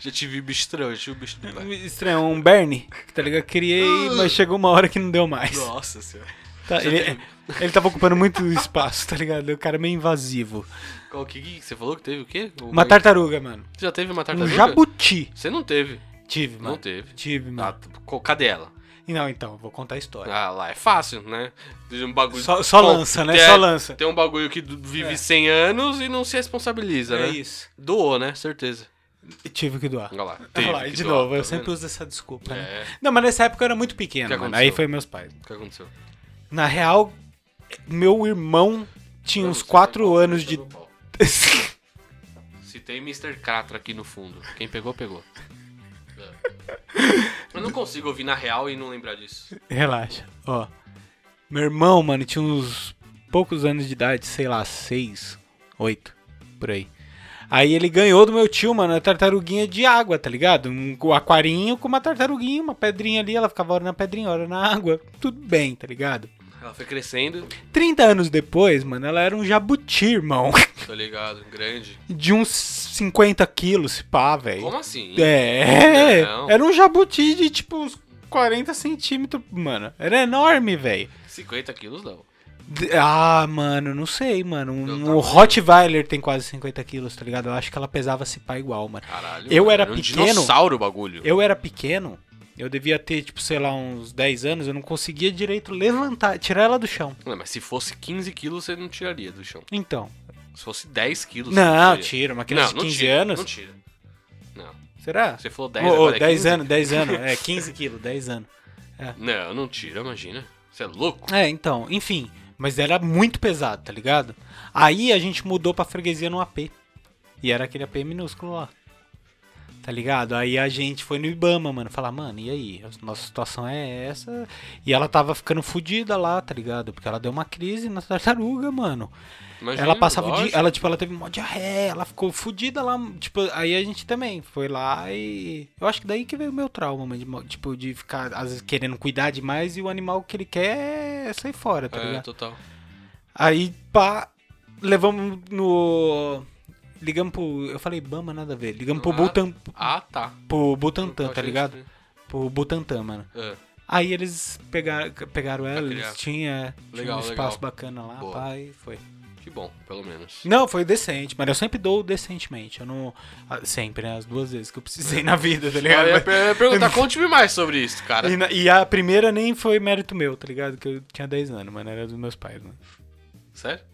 A: Já tive bicho estranho, já tive bicho do pé.
B: Estranhão, um Bernie, que tá ligado? Criei, mas chegou uma hora que não deu mais.
A: Nossa senhora.
B: Tá,
A: Já
B: ele,
A: teve-
B: ele tava ocupando muito espaço, tá ligado? O cara é meio invasivo.
A: Qual que, que você falou que teve o quê? O-
B: Uma tartaruga, mano.
A: Você já teve uma
B: Um
A: tartaruga?
B: jabuti.
A: Você não teve.
B: Tive,
A: Não
B: mano.
A: teve.
B: Tive,
A: Ah,
B: mano.
A: t- co- cadê ela?
B: E Não, então, vou contar a história.
A: Ah, lá é fácil, né? Tem Um bagulho...
B: Só, só
A: Bom,
B: lança, né?
A: tem-
B: Só lança.
A: Tem um bagulho que du- vive 100 anos e não se responsabiliza,
B: É
A: né?
B: isso.
A: Doou, né? Certeza.
B: E Tive que doar.
A: Olha lá.
B: Olha
A: teve
B: lá, e
A: que
B: de
A: doar,
B: novo,
A: tá
B: eu sempre
A: vendo?
B: uso essa desculpa, né?
A: É,
B: Não, mas nessa época eu era muito
A: O
B: pequeno,
A: que
B: mano.
A: aconteceu?
B: Aí foi meus pais.
A: o que aconteceu?
B: Na real, meu irmão tinha uns 4 anos de.
A: Se tem Mr. Catra aqui no fundo. Quem pegou, pegou. Eu não consigo ouvir na real e não lembrar disso.
B: Relaxa, ó. Meu irmão, mano, tinha uns poucos anos de idade, sei lá, 6, 8, por aí. Aí ele ganhou do meu tio, mano, a tartaruguinha de água, tá ligado? Um co- aquarinho com uma tartaruguinha, uma pedrinha ali, ela ficava hora na pedrinha, hora na água. Tudo bem, tá ligado?
A: Ela foi crescendo,
B: 30 anos depois, mano, ela era um jabuti, irmão.
A: tô tá ligado, grande.
B: De uns 50 quilos, se pá, velho.
A: Como assim?
B: É,
A: Não.
B: era um jabuti de tipo uns 40 centímetros, mano. Era enorme, velho.
A: 50 quilos não.
B: D- Ah, mano, não sei, mano. Um,
A: Eu
B: um
A: tava-
B: Rottweiler tem quase 50 quilos, tá ligado? Eu acho que ela pesava se pá igual, mano.
A: Caralho.
B: Eu
A: mano,
B: era
A: um
B: pequeno.
A: dinossauro o bagulho.
B: Eu era pequeno, eu devia ter, tipo, sei lá, uns 10 anos, eu não conseguia direito levantar, tirar ela do chão.
A: Não, mas se fosse 15 quilos, você não tiraria do chão.
B: Então.
A: Se fosse 10 quilos, você
B: Não,
A: tiraria.
B: tira, uma criança
A: não,
B: de 15
A: tira,
B: anos.
A: Não tira. Não.
B: Será?
A: Você falou 10,
B: Ô, ô,
A: agora é
B: 10
A: 15?
B: anos, né? 10 anos. É, 15 quilos, 10 anos.
A: Não, não tira, imagina. Você é louco?
B: É, então, enfim. Mas era muito pesado, tá ligado? Aí a gente mudou pra freguesia no AP. E era aquele AP minúsculo lá. Tá ligado? Aí a gente foi no Ibama, mano, falar, mano, e aí? A nossa situação é essa. E ela tava ficando fodida lá, tá ligado? Porque ela deu uma crise na tartaruga, mano.
A: Imagina,
B: ela passava o dia.
A: lógico.
B: Ela, tipo, ela teve uma diarreia, ela ficou fodida lá. Tipo, aí a gente também foi lá e. Eu acho que daí que veio o meu trauma, mano. de mo- Tipo, de ficar, às vezes, querendo cuidar demais e o animal que ele quer é sair fora, tá
A: É,
B: ligado?
A: total.
B: Aí, pá, levamos no. Ligamos pro. Eu falei Bama, nada a ver. Ligamos pro,
A: Ah.
B: Butan,
A: Ah, tá.
B: pro
A: Eu
B: Butantan, tá
A: achei
B: ligado?
A: estranho.
B: Pro Butantan, mano.
A: É.
B: Aí eles pegaram, pegaram ela,
A: criar.
B: eles tinham tinha
A: Legal,
B: um espaço
A: legal.
B: bacana lá,
A: Boa.
B: pá, e foi.
A: Que bom, pelo menos.
B: Não, foi decente, mas eu sempre dou decentemente. Eu não. ah, Sempre, né? As duas vezes que eu precisei na vida, tá
A: Eu
B: ligado?
A: ia, per- eu ia perguntar, conte-me mais sobre isso, cara.
B: E, na- e a primeira nem foi mérito meu, tá ligado? Que eu tinha 10 anos, mano. Era dos meus pais, mano.
A: Sério?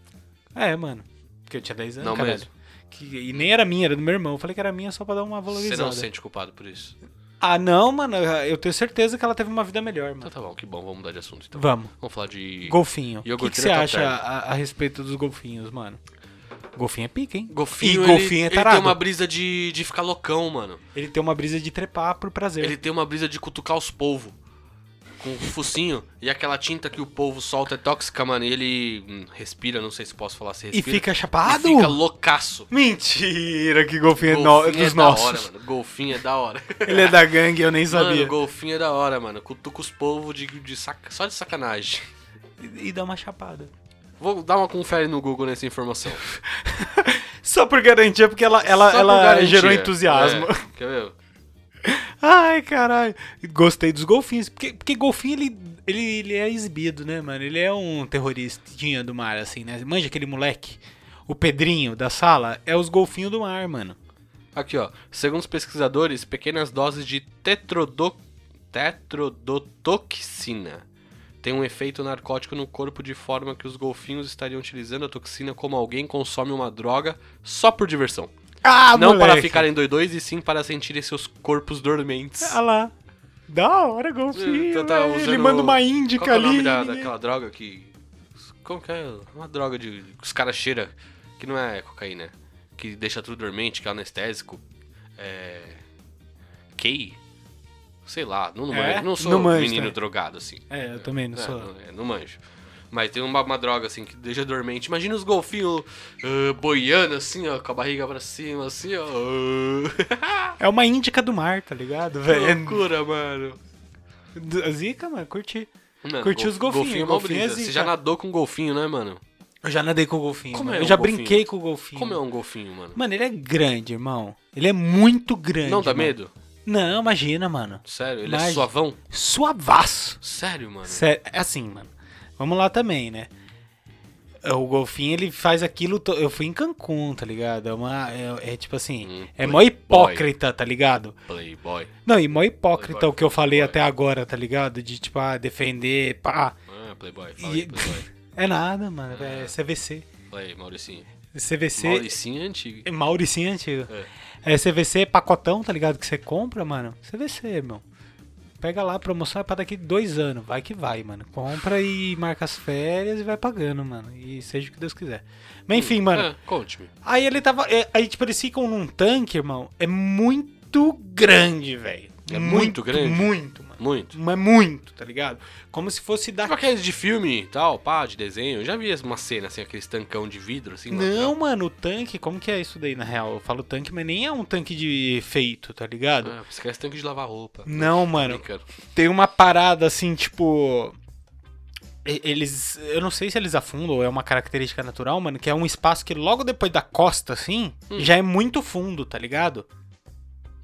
B: É, mano. Porque eu tinha 10 anos,
A: Não
B: caralho.
A: mesmo.
B: Que- e nem era minha, era do meu irmão. Eu falei que era minha só pra dar uma
A: Você
B: valorizada.
A: não se sente culpado por isso? Então
B: Ah, não, mano. Eu tenho certeza que ela teve uma vida melhor,
A: Então
B: mano.
A: tá bom, que bom, vamos mudar de assunto então.
B: Vamos.
A: Vamos falar de.
B: Golfinho. O que, que
A: Iogurte tá
B: você acha
A: Natal.
B: a, a respeito dos golfinhos, mano? Golfinho é pica, hein?
A: Golfinho,
B: E golfinho
A: ele,
B: é
A: ele
B: tarado.
A: tem uma brisa de, de ficar loucão, mano.
B: Ele tem uma brisa de trepar por prazer.
A: Ele tem uma brisa de cutucar os polvos. Com o focinho. E aquela tinta que o polvo solta é tóxica, mano. E ele hum, respira, não sei se posso falar se
B: E
A: respira.
B: fica
A: E
B: chapado?
A: fica loucaço.
B: Mentira, que golfinho, é, no-
A: Golfinho
B: dos
A: é da hora,
B: nossos.
A: mano. Golfinho é da hora.
B: Ele é da gangue, eu nem sabia.
A: Mano, golfinho é da hora, mano. Cutuca os polvos de, de saca- só de sacanagem.
B: E, e dá uma chapada.
A: Vou dar uma confere no Google nessa informação.
B: Só por garantia, porque ela, ela,
A: Só por
B: ela
A: garantia.
B: gerou entusiasmo.
A: É, quer ver?
B: Ai, caralho. Gostei dos golfinhos. Porque, porque golfinho, ele, ele, ele é exibido, né, mano? Ele é um terroristinha do mar, assim, né? Manja aquele moleque. O Pedrinho da sala é os golfinhos do mar, mano.
A: Aqui, ó. Segundo os pesquisadores, pequenas doses de tetrodo... tetrodotoxina têm um efeito narcótico no corpo de forma que os golfinhos estariam utilizando a toxina como alguém consome uma droga só por diversão.
B: Ah,
A: Não para
B: moleque.
A: ficarem doidões e sim para sentirem seus corpos dormentes.
B: Ah lá. Da hora, golfinho.
A: Tá- tá
B: velho. ele
A: usando-
B: manda uma índica
A: Qual que é o
B: ali.
A: nome da, daquela droga que... Como que é? Uma droga de... que os caras cheiram, que não é cocaína, que deixa tudo dormente, que é anestésico. É... Key? Sei lá, não, não,
B: É?
A: manjo. não sou
B: Não manjo
A: menino
B: também.
A: drogado, assim.
B: É, eu também não
A: É,
B: sou.
A: não, é, não manjo. Mas tem uma, uma droga, assim, que deixa dormente. Imagina os golfinhos ah, boiando, assim, ó, com a barriga pra cima, assim, ó.
B: É uma índica do mar, tá ligado,
A: que
B: velho?
A: loucura, mano.
B: D- Zica, mano, curti.
A: Mano,
B: Curti os golfinhos,
A: Golfinho, é uma
B: golfinho é
A: brisa. Você
B: zica.
A: já nadou com golfinho, né, mano?
B: Eu já nadei com o golfinho.
A: Como
B: mano.
A: é
B: eu
A: um
B: já
A: golfinho?
B: brinquei com o golfinho.
A: Como é um golfinho, mano?
B: Mano, ele é grande, irmão. Ele é muito grande.
A: Não dá
B: mano.
A: medo?
B: Não, imagina, mano.
A: Sério? Ele é
B: Mas-
A: suavão?
B: Suavaço.
A: Sério, mano?
B: Sério, é assim, mano. Vamos lá também, né? É, O golfinho, ele faz aquilo. to- Eu fui em Cancún, tá ligado? É uma. É, é tipo assim.
A: Hum,
B: é
A: playboy.
B: mó hipócrita, tá ligado?
A: Playboy.
B: Não, e mó hipócrita
A: Playboy,
B: o que eu falei
A: playboy.
B: até agora, tá ligado? De, tipo, ah, defender, pá.
A: Ah, Playboy. Fala aí,
B: E-
A: Playboy.
B: É nada, mano. É CVC.
A: Play, Mauricinho.
B: CVC.
A: Mauricinho é antigo.
B: É Mauricinho antigo. É. CVC pacotão, tá ligado? Que você compra, mano. CVC, irmão. Pega lá, promoção é pra daqui dois anos. Vai que vai, mano. Compra e marca as férias e vai pagando, mano. E seja o que Deus quiser. Mas enfim, mano.
A: Ah, Conte-me.
B: Aí ele tava. é, Aí, tipo, eles ficam num tanque, irmão. É muito grande, velho.
A: É muito grande?
B: Muito, mano.
A: Muito.
B: Mas muito, tá ligado? Como se fosse da
A: Tipo aqueles de filme e tal, pá, de desenho. Eu já vi uma cena, assim, aqueles tancão de vidro, assim.
B: Não, mano, o tanque, como que é isso daí na real? Eu falo tanque, mas nem é um tanque de feito, tá ligado?
A: Ah, você quer esse tanque de lavar roupa.
B: Não, mano,
A: Brincando.
B: tem uma parada assim, tipo. e- Eles. Eu não sei se eles afundam ou é uma característica natural, mano, que é um espaço que logo depois da costa, assim,
A: Hum.
B: já é muito fundo, tá ligado?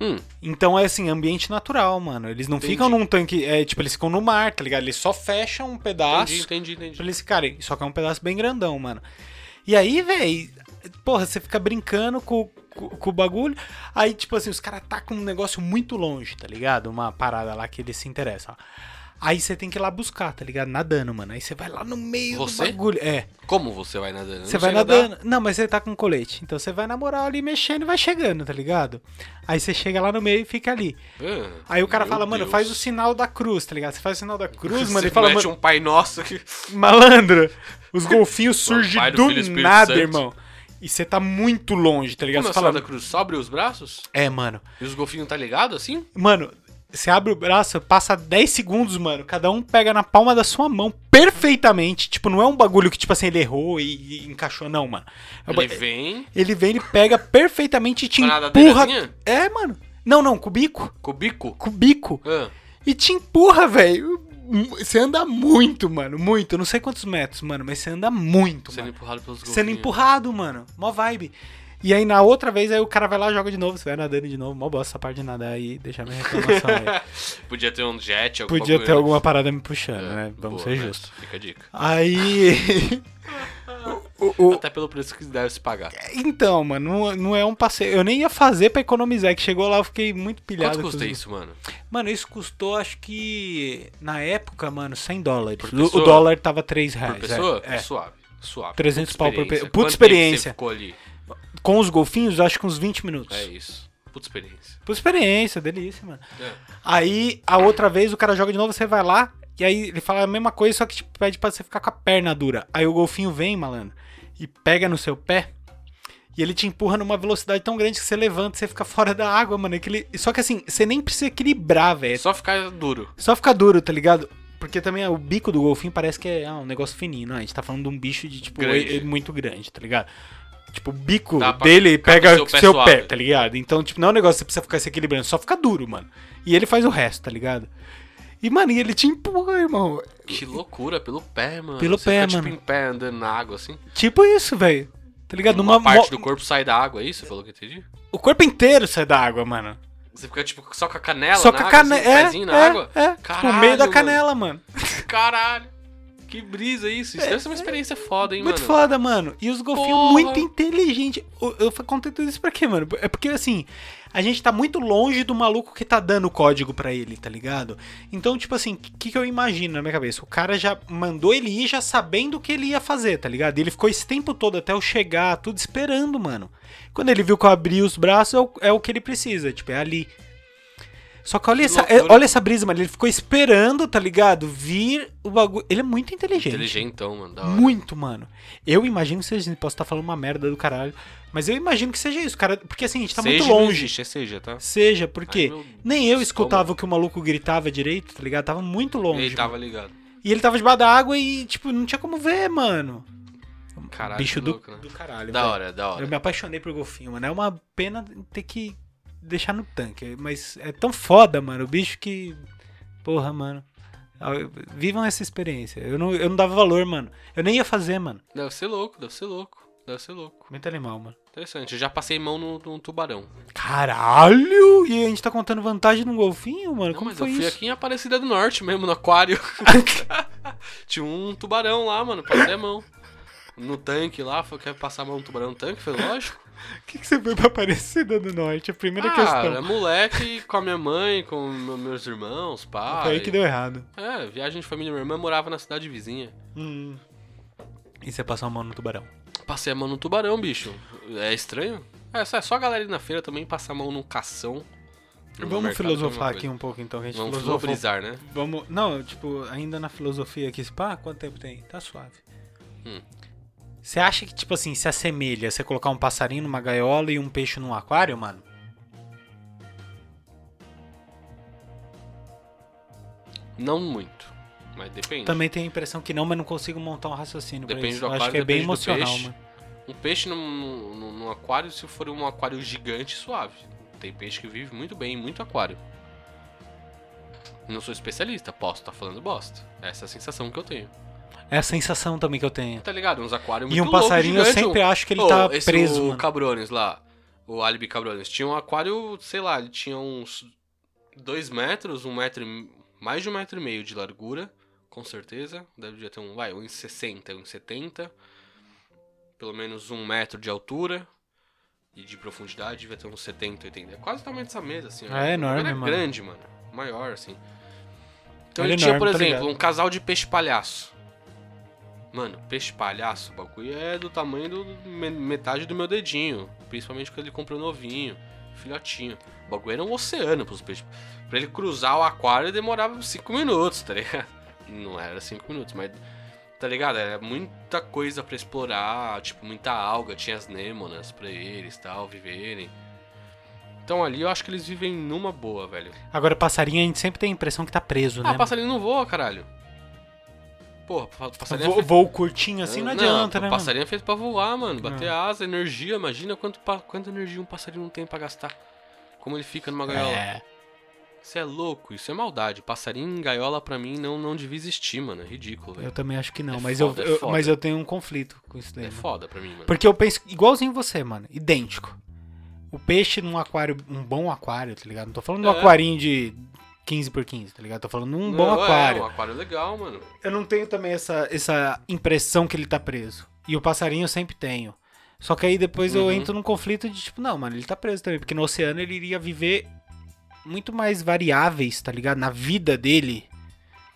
A: Hum,
B: Então é assim, ambiente natural, mano. Eles não
A: Entendi.
B: ficam num tanque. É, tipo, eles ficam no mar, tá ligado? Eles só fecham um pedaço.
A: entendi, entendi,
B: Pra
A: entendi.
B: eles ficarem. Só que é um pedaço bem grandão, mano. E aí, véi, porra, você fica brincando com, com, com o bagulho. Aí, tipo assim, os caras tá com um negócio muito longe, tá ligado? Uma parada lá que eles se interessam. ó. Aí você tem que ir lá buscar, tá ligado? Nadando, mano. Aí você vai lá no meio
A: Você?
B: do bagulho. É.
A: Como você vai nadando? Eu
B: Você
A: não
B: vai
A: sei nadar.
B: nadando. Não, mas você tá com colete. Então você vai na moral ali mexendo e vai chegando, tá ligado? Aí você chega lá no meio e fica ali.
A: Ah,
B: Aí o cara
A: meu
B: fala, mano,
A: Deus.
B: faz o sinal da cruz, tá ligado? Você faz o sinal da cruz,
A: Você
B: mano, e fala,
A: mete
B: mano,
A: um pai nosso que.
B: malandro, os golfinhos
A: Mano,
B: surgem
A: Pai do
B: do
A: Filho e Espírito
B: nada,
A: Santo.
B: irmão. E você tá muito longe, tá ligado?
A: Como é o
B: você fala,
A: Santa Cruz? Só abre os braços?
B: é, mano.
A: E os golfinhos tá ligado assim?
B: Mano, você abre o braço, passa 10 segundos, mano. Cada um pega na palma da sua mão perfeitamente. Tipo, não é um bagulho que, tipo assim, ele errou e, e encaixou, não, mano. É um ba-
A: Ele vem.
B: Ele vem, ele pega perfeitamente e te
A: Com a
B: empurra.
A: nadadeirazinha?
B: É, mano. Não, não, com o bico.
A: Com o bico?
B: Com o bico.
A: Ah,
B: E te empurra, velho. Você anda muito, mano. Muito. Eu Não sei quantos metros, mano, mas você anda muito,
A: sendo
B: mano.
A: empurrado pelos golfinhos.
B: Sendo empurrado, mano. Mó vibe. E aí na outra vez, aí o cara vai lá e joga de novo. Você vai nadando de novo. Mó bosta essa parte de nadar aí. Deixa minha reclamação aí.
A: Podia ter um jet, alguma
B: Podia
A: coisa.
B: ter alguma parada me puxando,
A: É,
B: né? Vamos
A: boa,
B: ser
A: né?
B: justos.
A: Fica a dica.
B: Aí. o- o- o-
A: Até pelo preço que deve se pagar.
B: Então, mano, não, não é um passeio. Eu nem ia fazer pra economizar, que chegou lá, eu fiquei muito pilhado.
A: Quanto
B: com
A: custa
B: os-
A: isso, mano?
B: Mano, isso custou, acho que na época, mano, 100 dólares.
A: Por
B: O, o
A: pessoa?
B: dólar tava 3 reais.
A: Por
B: é,
A: pessoa?
B: É,
A: Suave. Suave.
B: 300 pau por pe-
A: pessoa.
B: Puta experiência.
A: Ficou ali.
B: Com os golfinhos, acho que uns 20 minutos.
A: É isso. Puta experiência.
B: Por experiência, delícia, mano.
A: É.
B: Aí, a outra vez, o cara joga de novo, você vai lá, e aí ele fala a mesma coisa, só que tipo, pede pra você ficar com a perna dura. Aí o golfinho vem, malandro, e pega no seu pé, e ele te empurra numa velocidade tão grande que você levanta e você fica fora da água, mano. Aquele... Só que assim, você nem precisa equilibrar,
A: É
B: velho.
A: só ficar duro.
B: Só fica duro, tá ligado? Porque também ah, o bico do golfinho parece que é ah, um negócio fininho, né? A gente tá falando de um bicho de, tipo,
A: Grande.
B: e- e muito grande, tá ligado? Tipo, o bico
A: Dá pra
B: dele
A: ficar com
B: pega
A: seu
B: seu,
A: pé
B: pé,
A: suave.
B: tá ligado? Então, tipo, não é um negócio que você precisa ficar se equilibrando, só fica duro, mano. E ele faz o resto, tá ligado? E, mano, e ele te empurra, irmão.
A: Que loucura, pelo pé, mano.
B: Pelo
A: Você
B: pé,
A: fica,
B: mano.
A: Tipo, em pé andando na água, assim.
B: Tipo isso, velho. Tá ligado?
A: Uma,
B: Numa
A: parte do
B: mo-
A: corpo sai da água, é isso? Pelo que eu entendi?
B: O corpo inteiro sai da água, mano.
A: Você fica, tipo, só com a canela
B: só
A: na
B: que a
A: água,
B: canela.
A: assim, o pezinho na
B: é,
A: água?
B: é. Tipo,
A: Caralho,
B: o meio da
A: mano.
B: canela, mano.
A: Caralho. Que brisa é isso. Isso deve ser uma experiência foda, hein,
B: É, Muito
A: mano.
B: foda, mano. E os golfinhos
A: Porra.
B: muito inteligentes. Eu, eu fa- contei tudo isso pra quê, mano? É porque, assim, a gente tá muito longe do maluco que tá dando o código pra ele, tá ligado? Então, tipo assim, o que, que eu imagino na minha cabeça? O cara já mandou ele ir já sabendo o que ele ia fazer, tá ligado? E ele ficou esse tempo todo até eu chegar, tudo esperando, mano. Quando ele viu que eu abri os braços, é o, é o que ele precisa, tipo, é ali. Só que olha,
A: Que
B: essa,
A: loucura.
B: olha essa brisa, mano. Ele ficou esperando, tá ligado? Vir o bagulho. Ele é muito inteligente.
A: Inteligentão, mano. Da hora.
B: Muito, mano. Eu imagino que seja. Posso estar falando uma merda do caralho. Mas eu imagino que seja isso, cara. Porque assim, a gente tá
A: Seja,
B: muito
A: não
B: longe.
A: existe, é seja, tá?
B: Seja, porque
A: Ai, meu
B: nem eu
A: estômago.
B: escutava o que o maluco gritava direito, tá ligado? Tava muito longe.
A: Ele tava ligado.
B: mano. E ele tava debaixo da água e, tipo, não tinha como ver, mano.
A: Caralho,
B: Bicho
A: que
B: do,
A: louco, né?
B: do caralho.
A: Da
B: velho.
A: hora, da hora.
B: Eu me apaixonei por golfinho, mano. É uma pena ter que deixar no tanque. Mas é tão foda, mano. O bicho que. Porra, mano. Ah, Vivam essa experiência. Eu não, eu não dava valor, mano. Eu nem ia fazer, mano.
A: Deve ser louco, deve ser louco. Deve ser louco.
B: Muito animal, mano.
A: Interessante. Eu já passei mão num, num tubarão.
B: Caralho! E a gente tá contando vantagem num golfinho, mano?
A: Não,
B: Como
A: mas eu
B: foi
A: fui
B: isso?
A: aqui em Aparecida do Norte mesmo, no aquário. Tinha um tubarão lá, mano. Passei a mão. No tanque lá, falou, quer passar a mão no tubarão no tanque? Foi lógico.
B: O que, que você foi pra Aparecida do Norte? A primeira
A: Cara,
B: questão.
A: moleque com a minha mãe, com meu- meus irmãos, pai.
B: foi aí que deu errado.
A: É, viagem de família. Minha irmã morava na cidade vizinha.
B: Hum. E você passou a mão no tubarão.
A: Passei a mão no tubarão, bicho. É estranho? É só, é só a galera ir na feira também passar a mão num cação. No
B: Vamos
A: mercado,
B: filosofar
A: mesma
B: aqui
A: coisa.
B: um pouco, então. Que a gente
A: Vamos
B: filosofou.
A: filosofar, né?
B: Vamos. Não, tipo, ainda na filosofia aqui, se pá, quanto tempo tem? Tá suave.
A: Hum.
B: Você acha que, tipo assim, se assemelha você colocar um passarinho numa gaiola e um peixe num aquário, mano?
A: Não muito, mas depende.
B: Também tenho a impressão que não, mas não consigo montar um raciocínio pra
A: Depende
B: isso.
A: do
B: Eu Acho
A: aquário,
B: que é bem
A: depende do
B: emocional,
A: peixe.
B: mano.
A: Um peixe num, num- num aquário, se for um aquário gigante, suave. Tem peixe que vive muito bem em muito aquário. Não sou especialista, posso estar falando bosta. Essa é a sensação que eu tenho.
B: É a sensação também que eu tenho.
A: Tá ligado? Uns aquários
B: E
A: muito
B: um passarinho eu
A: loucos, gigantes,
B: sempre acho que ele
A: Ô,
B: tá
A: esse
B: preso,
A: O
B: mano.
A: Cabrones lá, o Alibi Cabrones, tinha um aquário, sei lá, ele tinha uns dois metros, um metro, e- mais de um metro e meio de largura, com certeza. Deve ter um, vai, uns 60, uns 70. Pelo menos um metro de altura. E de profundidade devia ter uns 70, 80. É quase o tamanho dessa mesa, assim.
B: É
A: ó. O bagulho
B: enorme,
A: era
B: mano.
A: grande, mano. Maior, assim. Então
B: Olha
A: ele tinha,
B: enorme,
A: por
B: tá
A: exemplo,
B: ligado?
A: um casal de peixe palhaço. Mano, peixe palhaço, o bagulho é do tamanho do me- metade do meu dedinho. Principalmente quando ele comprou novinho, filhotinho. O bagulho era um oceano pros peixes. Pra ele cruzar o aquário demorava 5 minutos, tá ligado? Não era 5 minutos, mas. Tá ligado? Era muita coisa pra explorar, tipo, muita alga, tinha as nêmonas pra eles tal, viverem. Então ali eu acho que eles vivem numa boa, velho.
B: Agora, passarinho, a gente sempre tem a impressão que tá preso,
A: Ah,
B: né?
A: passarinho não voa, caralho. Porra, pa- passarinho é
B: Voo,
A: feito-
B: voo curtinho assim não adianta, né? Mano? É.
A: Passarinho é feito pra voar, mano. Bater asa, energia. Imagina quanto, pa- quanta energia um passarinho não tem pra gastar. Como ele fica numa gaiola.
B: É.
A: Isso é louco, isso é maldade. Passarinho em gaiola, pra mim, não, não devia existir, mano. É ridículo,
B: Eu
A: velho.
B: também acho que não,
A: É
B: mas,
A: foda, é
B: eu, eu-
A: foda.
B: mas eu tenho um conflito com isso daí.
A: É
B: mano.
A: foda pra mim, mano.
B: Porque eu penso igualzinho você, mano. Idêntico. O peixe num aquário, um bom aquário, tá ligado? Não tô falando de um
A: É.
B: aquarinho de 15 por 15, tá ligado? Tô falando num bom
A: Não,
B: aquário.
A: É, um aquário legal, mano.
B: Eu não tenho também essa, essa impressão que ele tá preso. E o passarinho eu sempre tenho. Só que aí depois eu
A: Uhum.
B: entro num conflito de tipo, não, mano, ele tá preso também. Porque no oceano ele iria viver muito mais variáveis, tá ligado? Na vida dele.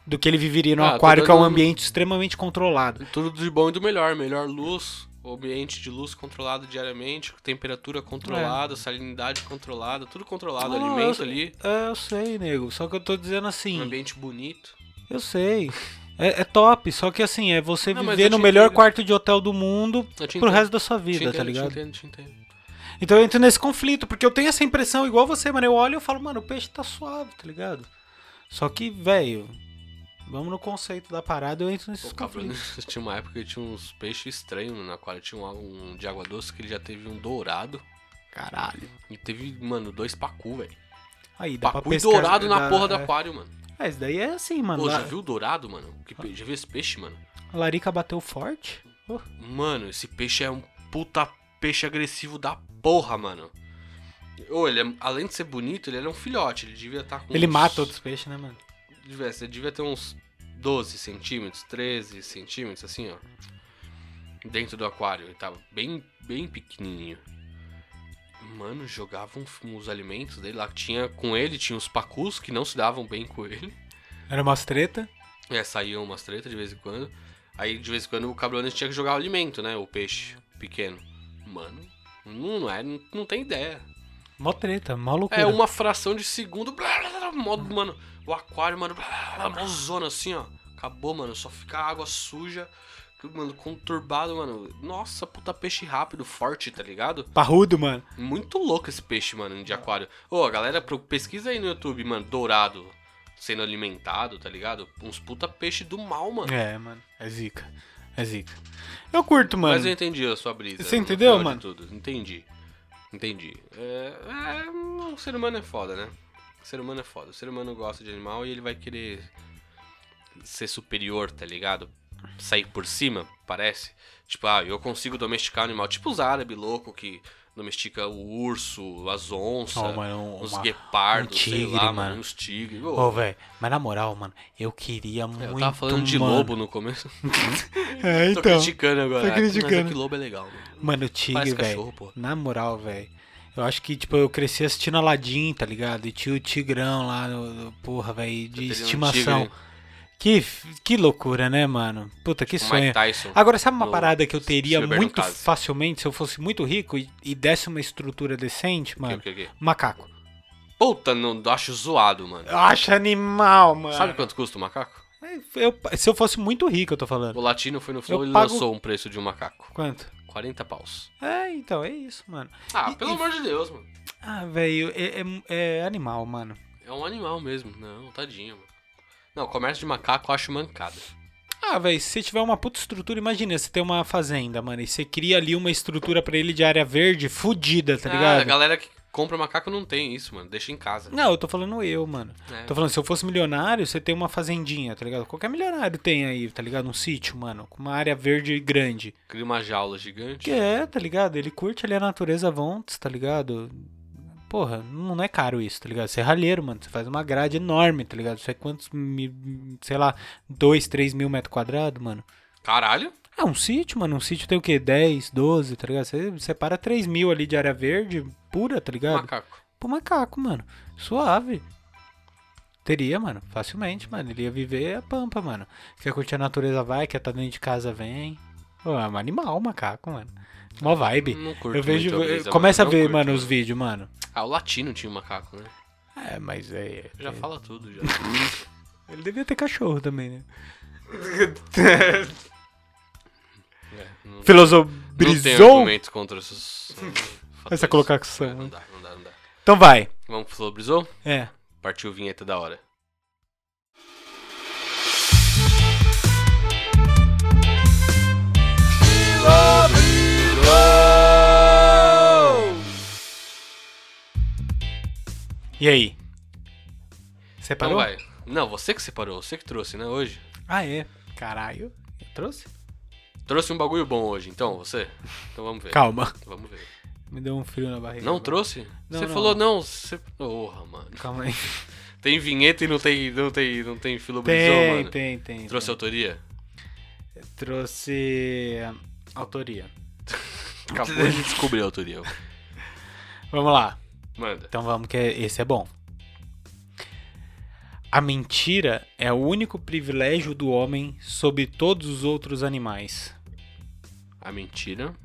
B: Do que ele viveria num
A: Ah, tô
B: aquário, que é um
A: dando-
B: ambiente extremamente controlado.
A: Tudo de bom e do melhor. Melhor luz, ambiente de luz controlado diariamente, temperatura controlada, salinidade controlada, tudo controlado,
B: É. Não,
A: alimento
B: eu-
A: ali.
B: É, eu sei, nego. Só que eu tô dizendo assim.
A: Um ambiente bonito.
B: Eu sei. É, é top, só que assim, é você
A: Não, mas
B: viver
A: eu
B: no
A: te
B: melhor
A: entendo.
B: quarto de hotel do mundo
A: Eu te
B: pro
A: entendo.
B: resto da sua
A: Te
B: vida,
A: entendo,
B: tá ligado?
A: Te entendo, te entendo.
B: Então eu entro nesse conflito, porque eu tenho essa impressão igual você, mano. Eu olho e eu falo, mano, o peixe tá suave, tá ligado? Só que, velho, vamos no conceito da parada, eu entro nesses
A: Pô, cabrão,
B: conflitos.
A: tinha uma época que tinha uns peixes estranhos no aquário. Tinha um, um de água doce que ele já teve um dourado.
B: Caralho.
A: E teve, mano, dois pacu, velho.
B: Aí, dá pra
A: Pacu e
B: pescar,
A: dourado na
B: dá-
A: porra do
B: é.
A: aquário, mano.
B: É, isso daí é assim, mano.
A: Pô, já
B: La-
A: viu o dourado, mano? Que pe- Já viu esse peixe, mano?
B: a Larica bateu forte. Oh,
A: Mano, esse peixe é um puta peixe agressivo da porra, mano. Ô, ele é- além de ser bonito, ele era um filhote. Ele devia estar com.
B: ele
A: uns-
B: mata outros peixes, né, mano?
A: devia, você devia ter uns 12 centímetros, 13 centímetros, assim, ó. Dentro do aquário. Ele tava bem, bem pequenininho. Mano, jogavam os alimentos dele lá. Tinha, com ele tinha os pacus que não se davam bem com ele.
B: Era umas treta.
A: É, saíam umas tretas de vez em quando. Aí, de vez em quando, o cabriones tinha que jogar o alimento, né? O peixe pequeno. Mano, não, não é, não, não tem ideia.
B: Mó treta, mó loucura.
A: É uma fração de segundo. Blá, blá, blá, modo, mano. O aquário, mano. Blá, blá, blá, zona assim, ó. Acabou, mano. Só fica água suja. Mano, conturbado, mano. Nossa, puta peixe rápido, forte, tá ligado?
B: Parrudo, mano.
A: Muito louco esse peixe, mano, de aquário. Ô, a galera, pro- pesquisa aí no YouTube, mano. Dourado sendo alimentado, tá ligado? Uns puta peixe do mal, mano.
B: É, mano. É zica. É zica. Eu curto, mano.
A: Mas eu entendi a sua brisa.
B: Você
A: no final
B: entendeu,
A: de
B: mano?
A: Tudo. Entendi. Entendi. É, é, o ser humano é foda, né? O ser humano é foda. O ser humano gosta de animal e ele vai querer ser superior, tá ligado? Sair por cima, parece. Tipo, ah, eu consigo domesticar animal. Tipo os árabes louco que domestica o urso, as onças,
B: Ó, mano,
A: os
B: uma-
A: guepardos,
B: um
A: sei
B: tigre,
A: lá, mano,
B: mano.
A: os tigres. Ô,
B: Ô, velho. Mas na moral, mano, eu queria muito.
A: eu tava falando de
B: mano.
A: lobo no começo.
B: É,
A: tô
B: então.
A: criticando agora.
B: tô
A: Mas é
B: criticando.
A: que lobo é legal, mano.
B: Mano, tigre,
A: Parece
B: velho.
A: cachorro, pô.
B: Na moral, velho. Eu acho que, tipo, eu cresci assistindo Aladdin, tá ligado? E tinha o tigrão lá, no- no- porra, velho, de
A: teria um
B: estimação.
A: tigre.
B: Que, f- que loucura, né, mano? Puta, que
A: Tipo
B: sonho.
A: Mike Tyson.
B: Agora, sabe uma
A: no
B: parada que eu teria
A: Silver, no
B: muito
A: caso.
B: facilmente se eu fosse muito rico e, e desse uma estrutura decente,
A: Que-
B: mano?
A: que- que-
B: Macaco.
A: Puta, não acho zoado, mano.
B: Eu acho animal, mano.
A: Sabe quanto custa o macaco?
B: Eu- se eu fosse muito rico, eu tô falando.
A: O latino foi no
B: Eu
A: Flow e
B: pago-
A: lançou um preço de um macaco.
B: Quanto?
A: 40 paus.
B: É, então, é isso, mano.
A: Ah,
B: E-
A: pelo
B: e-
A: amor de Deus, mano.
B: Ah, velho, é, é- é animal, mano.
A: É um animal mesmo. Não, tadinho, mano. Não, comércio de macaco eu acho mancada.
B: Ah, velho, se você tiver uma puta estrutura, imagina, você tem uma fazenda, mano, e você cria ali uma estrutura pra ele de área verde fudida, tá
A: Ah, a
B: ligado?
A: galera que compra macaco não tem isso, mano. Deixa em casa.
B: Não, eu tô falando eu, mano.
A: É.
B: Tô falando, se eu fosse milionário, você tem uma fazendinha, tá ligado? Qualquer milionário tem aí, tá ligado? Um sítio, mano, com uma área verde grande.
A: Cria uma jaula gigante.
B: Que é, tá ligado? Ele curte ali a natureza vontes, tá ligado? Porra, não é caro isso, tá ligado? Você é ralheiro, mano. Você faz uma grade enorme, tá ligado? Isso é quantos, mi- sei lá, 2, 3 mil metros quadrados, mano.
A: Caralho.
B: É um sítio, mano. Um sítio tem o quê? 10, 12, tá ligado? Você separa 3 mil ali de área verde pura, tá ligado?
A: Macaco.
B: Pro macaco, mano. Suave. Teria, mano, facilmente, mano. Ele ia viver a pampa, mano. Quer curtir a natureza, vai. Quer tá dentro de casa, vem. Pô, é um animal, um macaco, mano. Mó vibe.
A: Não Hum, curto
B: Eu vejo.
A: muito a brisa,
B: começa
A: mano. Não
B: a ver,
A: curto.
B: mano, os vídeos, mano.
A: Ah, o latino tinha um macaco, né?
B: É, mas é.
A: Já fala tudo, já.
B: Ele devia ter cachorro também, né?
A: É, não, não tem
B: Filosofrizou
A: argumentos contra esses fatores.
B: essa
A: Não
B: colocação.
A: dá, não dá, não dá.
B: Então vai.
A: Vamos pro Flobrizou?
B: É.
A: Partiu a vinheta da hora.
B: E aí? Você
A: Então
B: parou?
A: vai. Não, você que separou, você que trouxe, né, hoje.
B: Ah, é. Caralho. Eu trouxe?
A: Trouxe um bagulho bom hoje, então, você? Então vamos ver.
B: Calma.
A: Vamos ver.
B: Me deu um frio na barriga.
A: Não
B: agora.
A: trouxe?
B: Não,
A: você
B: não.
A: falou não, você. Porra, mano.
B: Calma aí.
A: Tem vinheta e não tem. não tem. não tem filobrizou,
B: Tem,
A: mano.
B: tem, tem.
A: Trouxe autoria?
B: tem. Trouxe. eh, Autoria.
A: Acabou de descobrir a autoria.
B: Vamos lá.
A: Manda.
B: Então vamos que esse é bom. A mentira é o único privilégio do homem sobre todos os outros animais.
A: A mentira.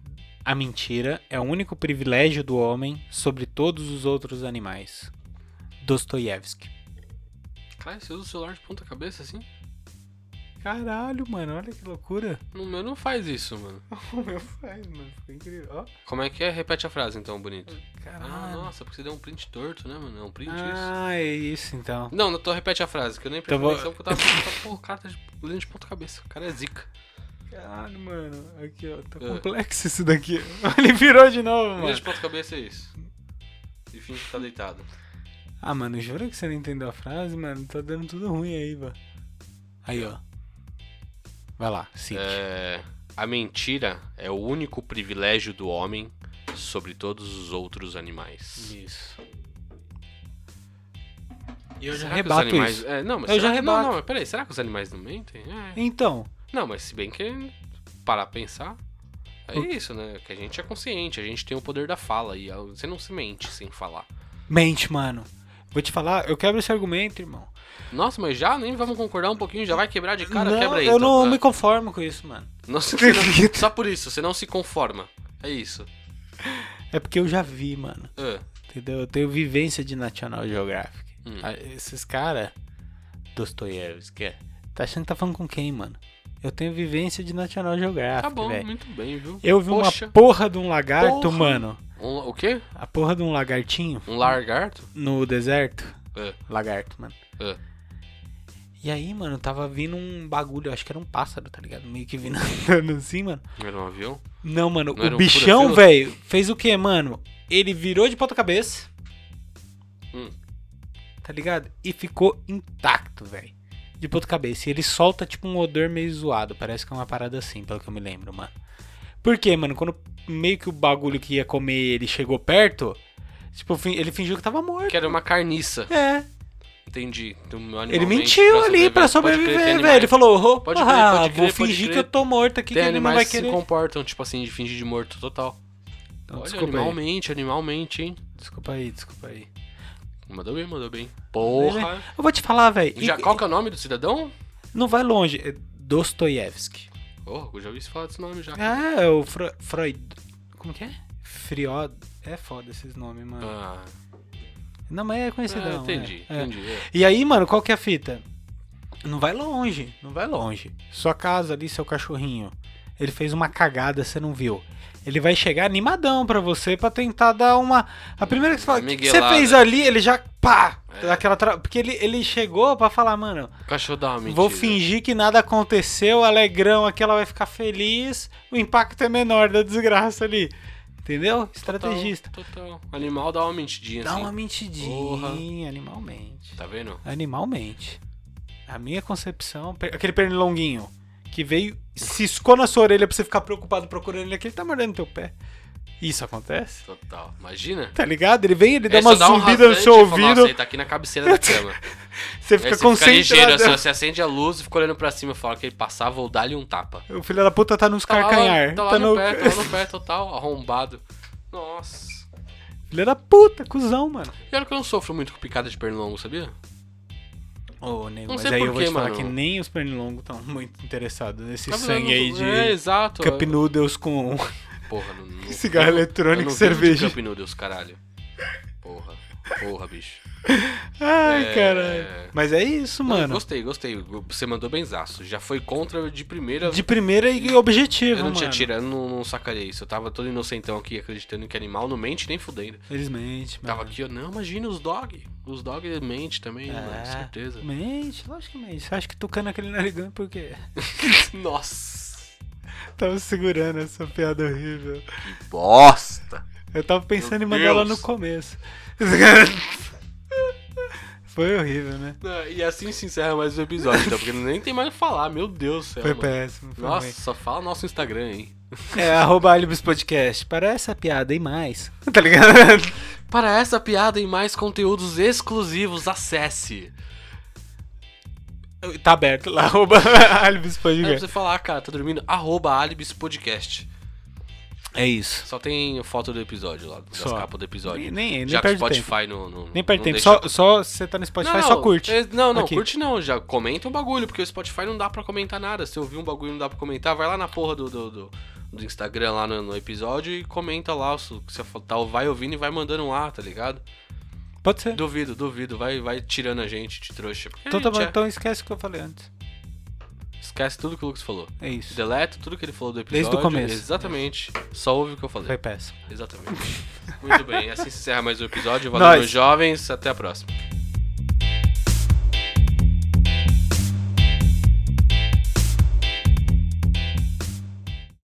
B: A mentira é o único privilégio do homem sobre todos os outros animais. Dostoiévski.
A: Cara, você usa o celular de ponta cabeça assim?
B: Caralho, mano, olha que loucura.
A: No meu não faz isso, mano.
B: O meu faz, mano, ficou incrível. Ó.
A: Como é que é? Repete a frase então, bonito. Ah,
B: Caralho.
A: nossa, porque você deu um print torto, né, mano? É um print isso.
B: Ah, é isso então.
A: Não, não tô, repete a frase, que eu nem prestei
B: Então vou-
A: atenção, porque eu tava pensando, pô, o cara tá de, lendo de ponta cabeça. O cara é zica.
B: Caralho, mano. Aqui, ó. Tá
A: Ah.
B: complexo isso daqui. Ele virou de novo,
A: Lendo
B: mano.
A: de ponta cabeça é isso. E finge que tá deitado.
B: Ah, mano, jura que você não entendeu a frase, mano? Tá dando tudo ruim aí, vó. Aí, ó. Vai lá, siga.
A: É, a mentira é o único privilégio do homem sobre todos os outros animais.
B: Isso.
A: E eu
B: já rebato isso.
A: É, não, mas
B: Eu
A: será
B: já
A: que- não,
B: rebato.
A: não, mas peraí, será que os animais não mentem? É.
B: Então,
A: Não, mas se bem que parar a pensar, é
B: O-
A: isso, né? Que a gente é consciente, a gente tem o poder da fala e a- você não se mente sem falar.
B: mente, mano. Vou te falar, eu quebro esse argumento, irmão.
A: Nossa, mas já nem vamos concordar um pouquinho, já vai quebrar de cara,
B: não,
A: quebra aí.
B: eu
A: então.
B: não
A: É.
B: me conformo com isso, mano.
A: Nossa, você não- só por isso, você não se conforma. É isso.
B: É porque eu já vi, mano.
A: É.
B: Entendeu? Eu tenho vivência de National Geographic.
A: Hum.
B: Ah, Esses caras, Dostoiévski, é. tá achando que tá falando com quem, mano? Eu tenho vivência de National Geographic.
A: Tá bom,
B: Ah, velho.
A: muito bem, viu?
B: Eu vi
A: Poxa.
B: uma porra de um lagarto,
A: Porra.
B: mano.
A: Um- o quê?
B: A porra de um lagartinho
A: Um largarto?
B: no deserto.
A: É.
B: Lagarto, mano.
A: É.
B: E aí, mano, tava vindo um bagulho, acho que era um pássaro, tá ligado? Meio que vindo andando assim, mano.
A: Era um avião?
B: Não, mano,
A: Não era
B: o
A: um
B: bichão,
A: fura-fila?
B: velho, fez o quê, mano? Ele virou de ponta cabeça.
A: Hum.
B: Tá ligado? E ficou intacto, velho. De ponta cabeça. E ele solta, tipo, um odor meio zoado. Parece que é uma parada assim, pelo que eu me lembro, mano. Por quê, mano? Quando meio que o bagulho que ia comer ele chegou perto, tipo, fin- ele fingiu que tava morto.
A: Que era uma carniça.
B: É.
A: Entendi. Então, meu animal
B: Ele
A: mente
B: mentiu ali
A: Pode crer,
B: pra
A: tem
B: sobreviver,
A: animais-
B: velho. Ele falou, opa,
A: Pode crer, pode crer,
B: vou
A: pode
B: fingir
A: crer.
B: que eu tô morto aqui, que
A: Tem
B: ele não vai
A: animais que se
B: querer.
A: comportam, tipo assim, de fingir de morto total.
B: Então,
A: Olha,
B: desculpa aí.
A: animalmente, animalmente, hein?
B: Desculpa aí, desculpa aí.
A: Mandou bem, mandou bem. Porra.
B: Eu vou te falar, velho.
A: Já, qual que é o nome do cidadão?
B: Não vai longe. É Dostoiévski.
A: Oh, eu já ouvi falar desse nome já.
B: Ah, é o Fro- Freud. Como que é? Friod. É foda esses nomes, mano.
A: Ah,
B: Não, mas é
A: ah,
B: conhecidão.
A: entendi,
B: é. É.
A: entendi. é.
B: E aí, mano, qual que é a fita? Não vai longe, não vai longe. Sua casa ali, seu cachorrinho. Ele fez uma cagada, você não viu. Ele vai chegar animadão pra você pra tentar dar uma. A primeira que você fala, o que que você
A: Miguelada.
B: fez ali, ele já. pá!
A: É.
B: dá Aquela tra... Porque ele, ele chegou pra falar, mano,
A: O cachorro dá uma mentira.
B: vou fingir que nada aconteceu, alegrão aqui, ela vai ficar feliz. O impacto é menor da desgraça ali. Entendeu?
A: Total,
B: Estrategista.
A: Total. Animal dá uma mentidinha
B: Dá
A: assim.
B: uma mentidinha,
A: Porra.
B: animalmente.
A: Tá vendo?
B: Animalmente. A minha concepção. per- Aquele pernilonguinho que veio, ciscou na sua orelha pra você ficar preocupado procurando ele aqui, ele tá mordendo teu pé. Isso acontece?
A: Total. Imagina.
B: Tá ligado? Ele vem, ele dá
A: Aí
B: uma
A: você dá um
B: zumbida no
A: rasante
B: seu
A: e fala, "Nossa,
B: ouvido,
A: ele tá aqui na cabeceira da cama.
B: você
A: Aí
B: fica
A: você fica ligeiro,
B: concentrado.
A: assim, ó, você acende a luz e fica olhando pra cima. Fala que ele passava ou dá-lhe um tapa.
B: O filho da puta tá nos
A: Tá lá,
B: carcanhar.
A: Tá lá
B: tá
A: no,
B: no...
A: pé, tá lá no pé, total, arrombado. Nossa.
B: filho da puta, cuzão, mano.
A: E olha que eu não sofro muito com picada de pernilongo, sabia?
B: Ô, nego,
A: Não
B: mas
A: sei
B: aí
A: por
B: eu vou
A: quê,
B: te falar
A: mano.
B: que nem os pernilongos estão muito interessados nesse
A: Tá
B: sangue
A: vendo?
B: aí de
A: É, exato.
B: Cup Noodles com
A: Porra, não, não,
B: cigarro
A: eu não vivo
B: eletrônico e
A: de
B: cerveja.
A: Cup Noodles, caralho. Porra. Porra, bicho.
B: Ai,
A: É,
B: caralho. Mas é isso,
A: Não,
B: mano.
A: Gostei, gostei. Você mandou benzaço. Já foi contra de primeira.
B: De primeira e objetivo,
A: eu não tinha
B: mano.
A: tirado, não, não sacaria isso. Eu tava todo inocentão aqui acreditando que animal não mente nem fudendo.
B: Felizmente, mano.
A: Tava aqui, ó. Não, imagina os dog. Os dog mente também,
B: É.
A: mano, certeza.
B: Mente, logicamente. Você acha que tucano é aquele narigão por quê?
A: Nossa.
B: Tava segurando essa piada horrível.
A: Que bosta.
B: Eu tava pensando
A: Meu
B: em mandar ela
A: Deus.
B: no começo. Foi horrível, né?
A: E assim se encerra mais o episódio, então, porque nem tem mais o que falar. Meu Deus do céu.
B: Foi
A: mano.
B: péssimo. Foi
A: Nossa, só fala nosso Instagram, hein?
B: ruim. É, arroba Alibis Podcast. Para essa piada e mais. Tá ligado?
A: Para essa piada e mais conteúdos exclusivos, acesse.
B: Tá aberto lá, arroba Alibis
A: É pra
B: Podcast.
A: você falar, cara, tá dormindo? Arroba Alibis Podcast.
B: É isso.
A: Só tem foto do episódio lá, das
B: Só.
A: capas do episódio.
B: Nem, nem, nem
A: já que o
B: perde tempo.
A: Spotify não, não.
B: Nem perde
A: não
B: tempo.
A: deixa-
B: Só, só você tá no Spotify,
A: não,
B: só curte.
A: é- Não, não,
B: Aqui.
A: curte não. Já comenta um bagulho, porque o Spotify não dá pra comentar nada. Se eu ouvir um bagulho e não dá pra comentar, vai lá na porra do, do, do- do Instagram lá no, no episódio e comenta lá. o su- que Você fa- tá, vai ouvindo e vai mandando lá, tá ligado?
B: Pode ser.
A: Duvido, duvido. Vai, vai tirando a gente de trouxa. porque a
B: Então, tá
A: gente
B: bom,
A: é-
B: então esquece o que eu falei antes.
A: Esquece tudo que o Lucas falou.
B: É isso.
A: Deleta tudo que ele falou do episódio.
B: Desde o começo.
A: Exatamente. Só ouve o que eu falei.
B: Foi péssimo.
A: Exatamente. Muito bem, assim se encerra mais um episódio.
B: Nós.
A: Valeu, meus jovens. Até a próxima.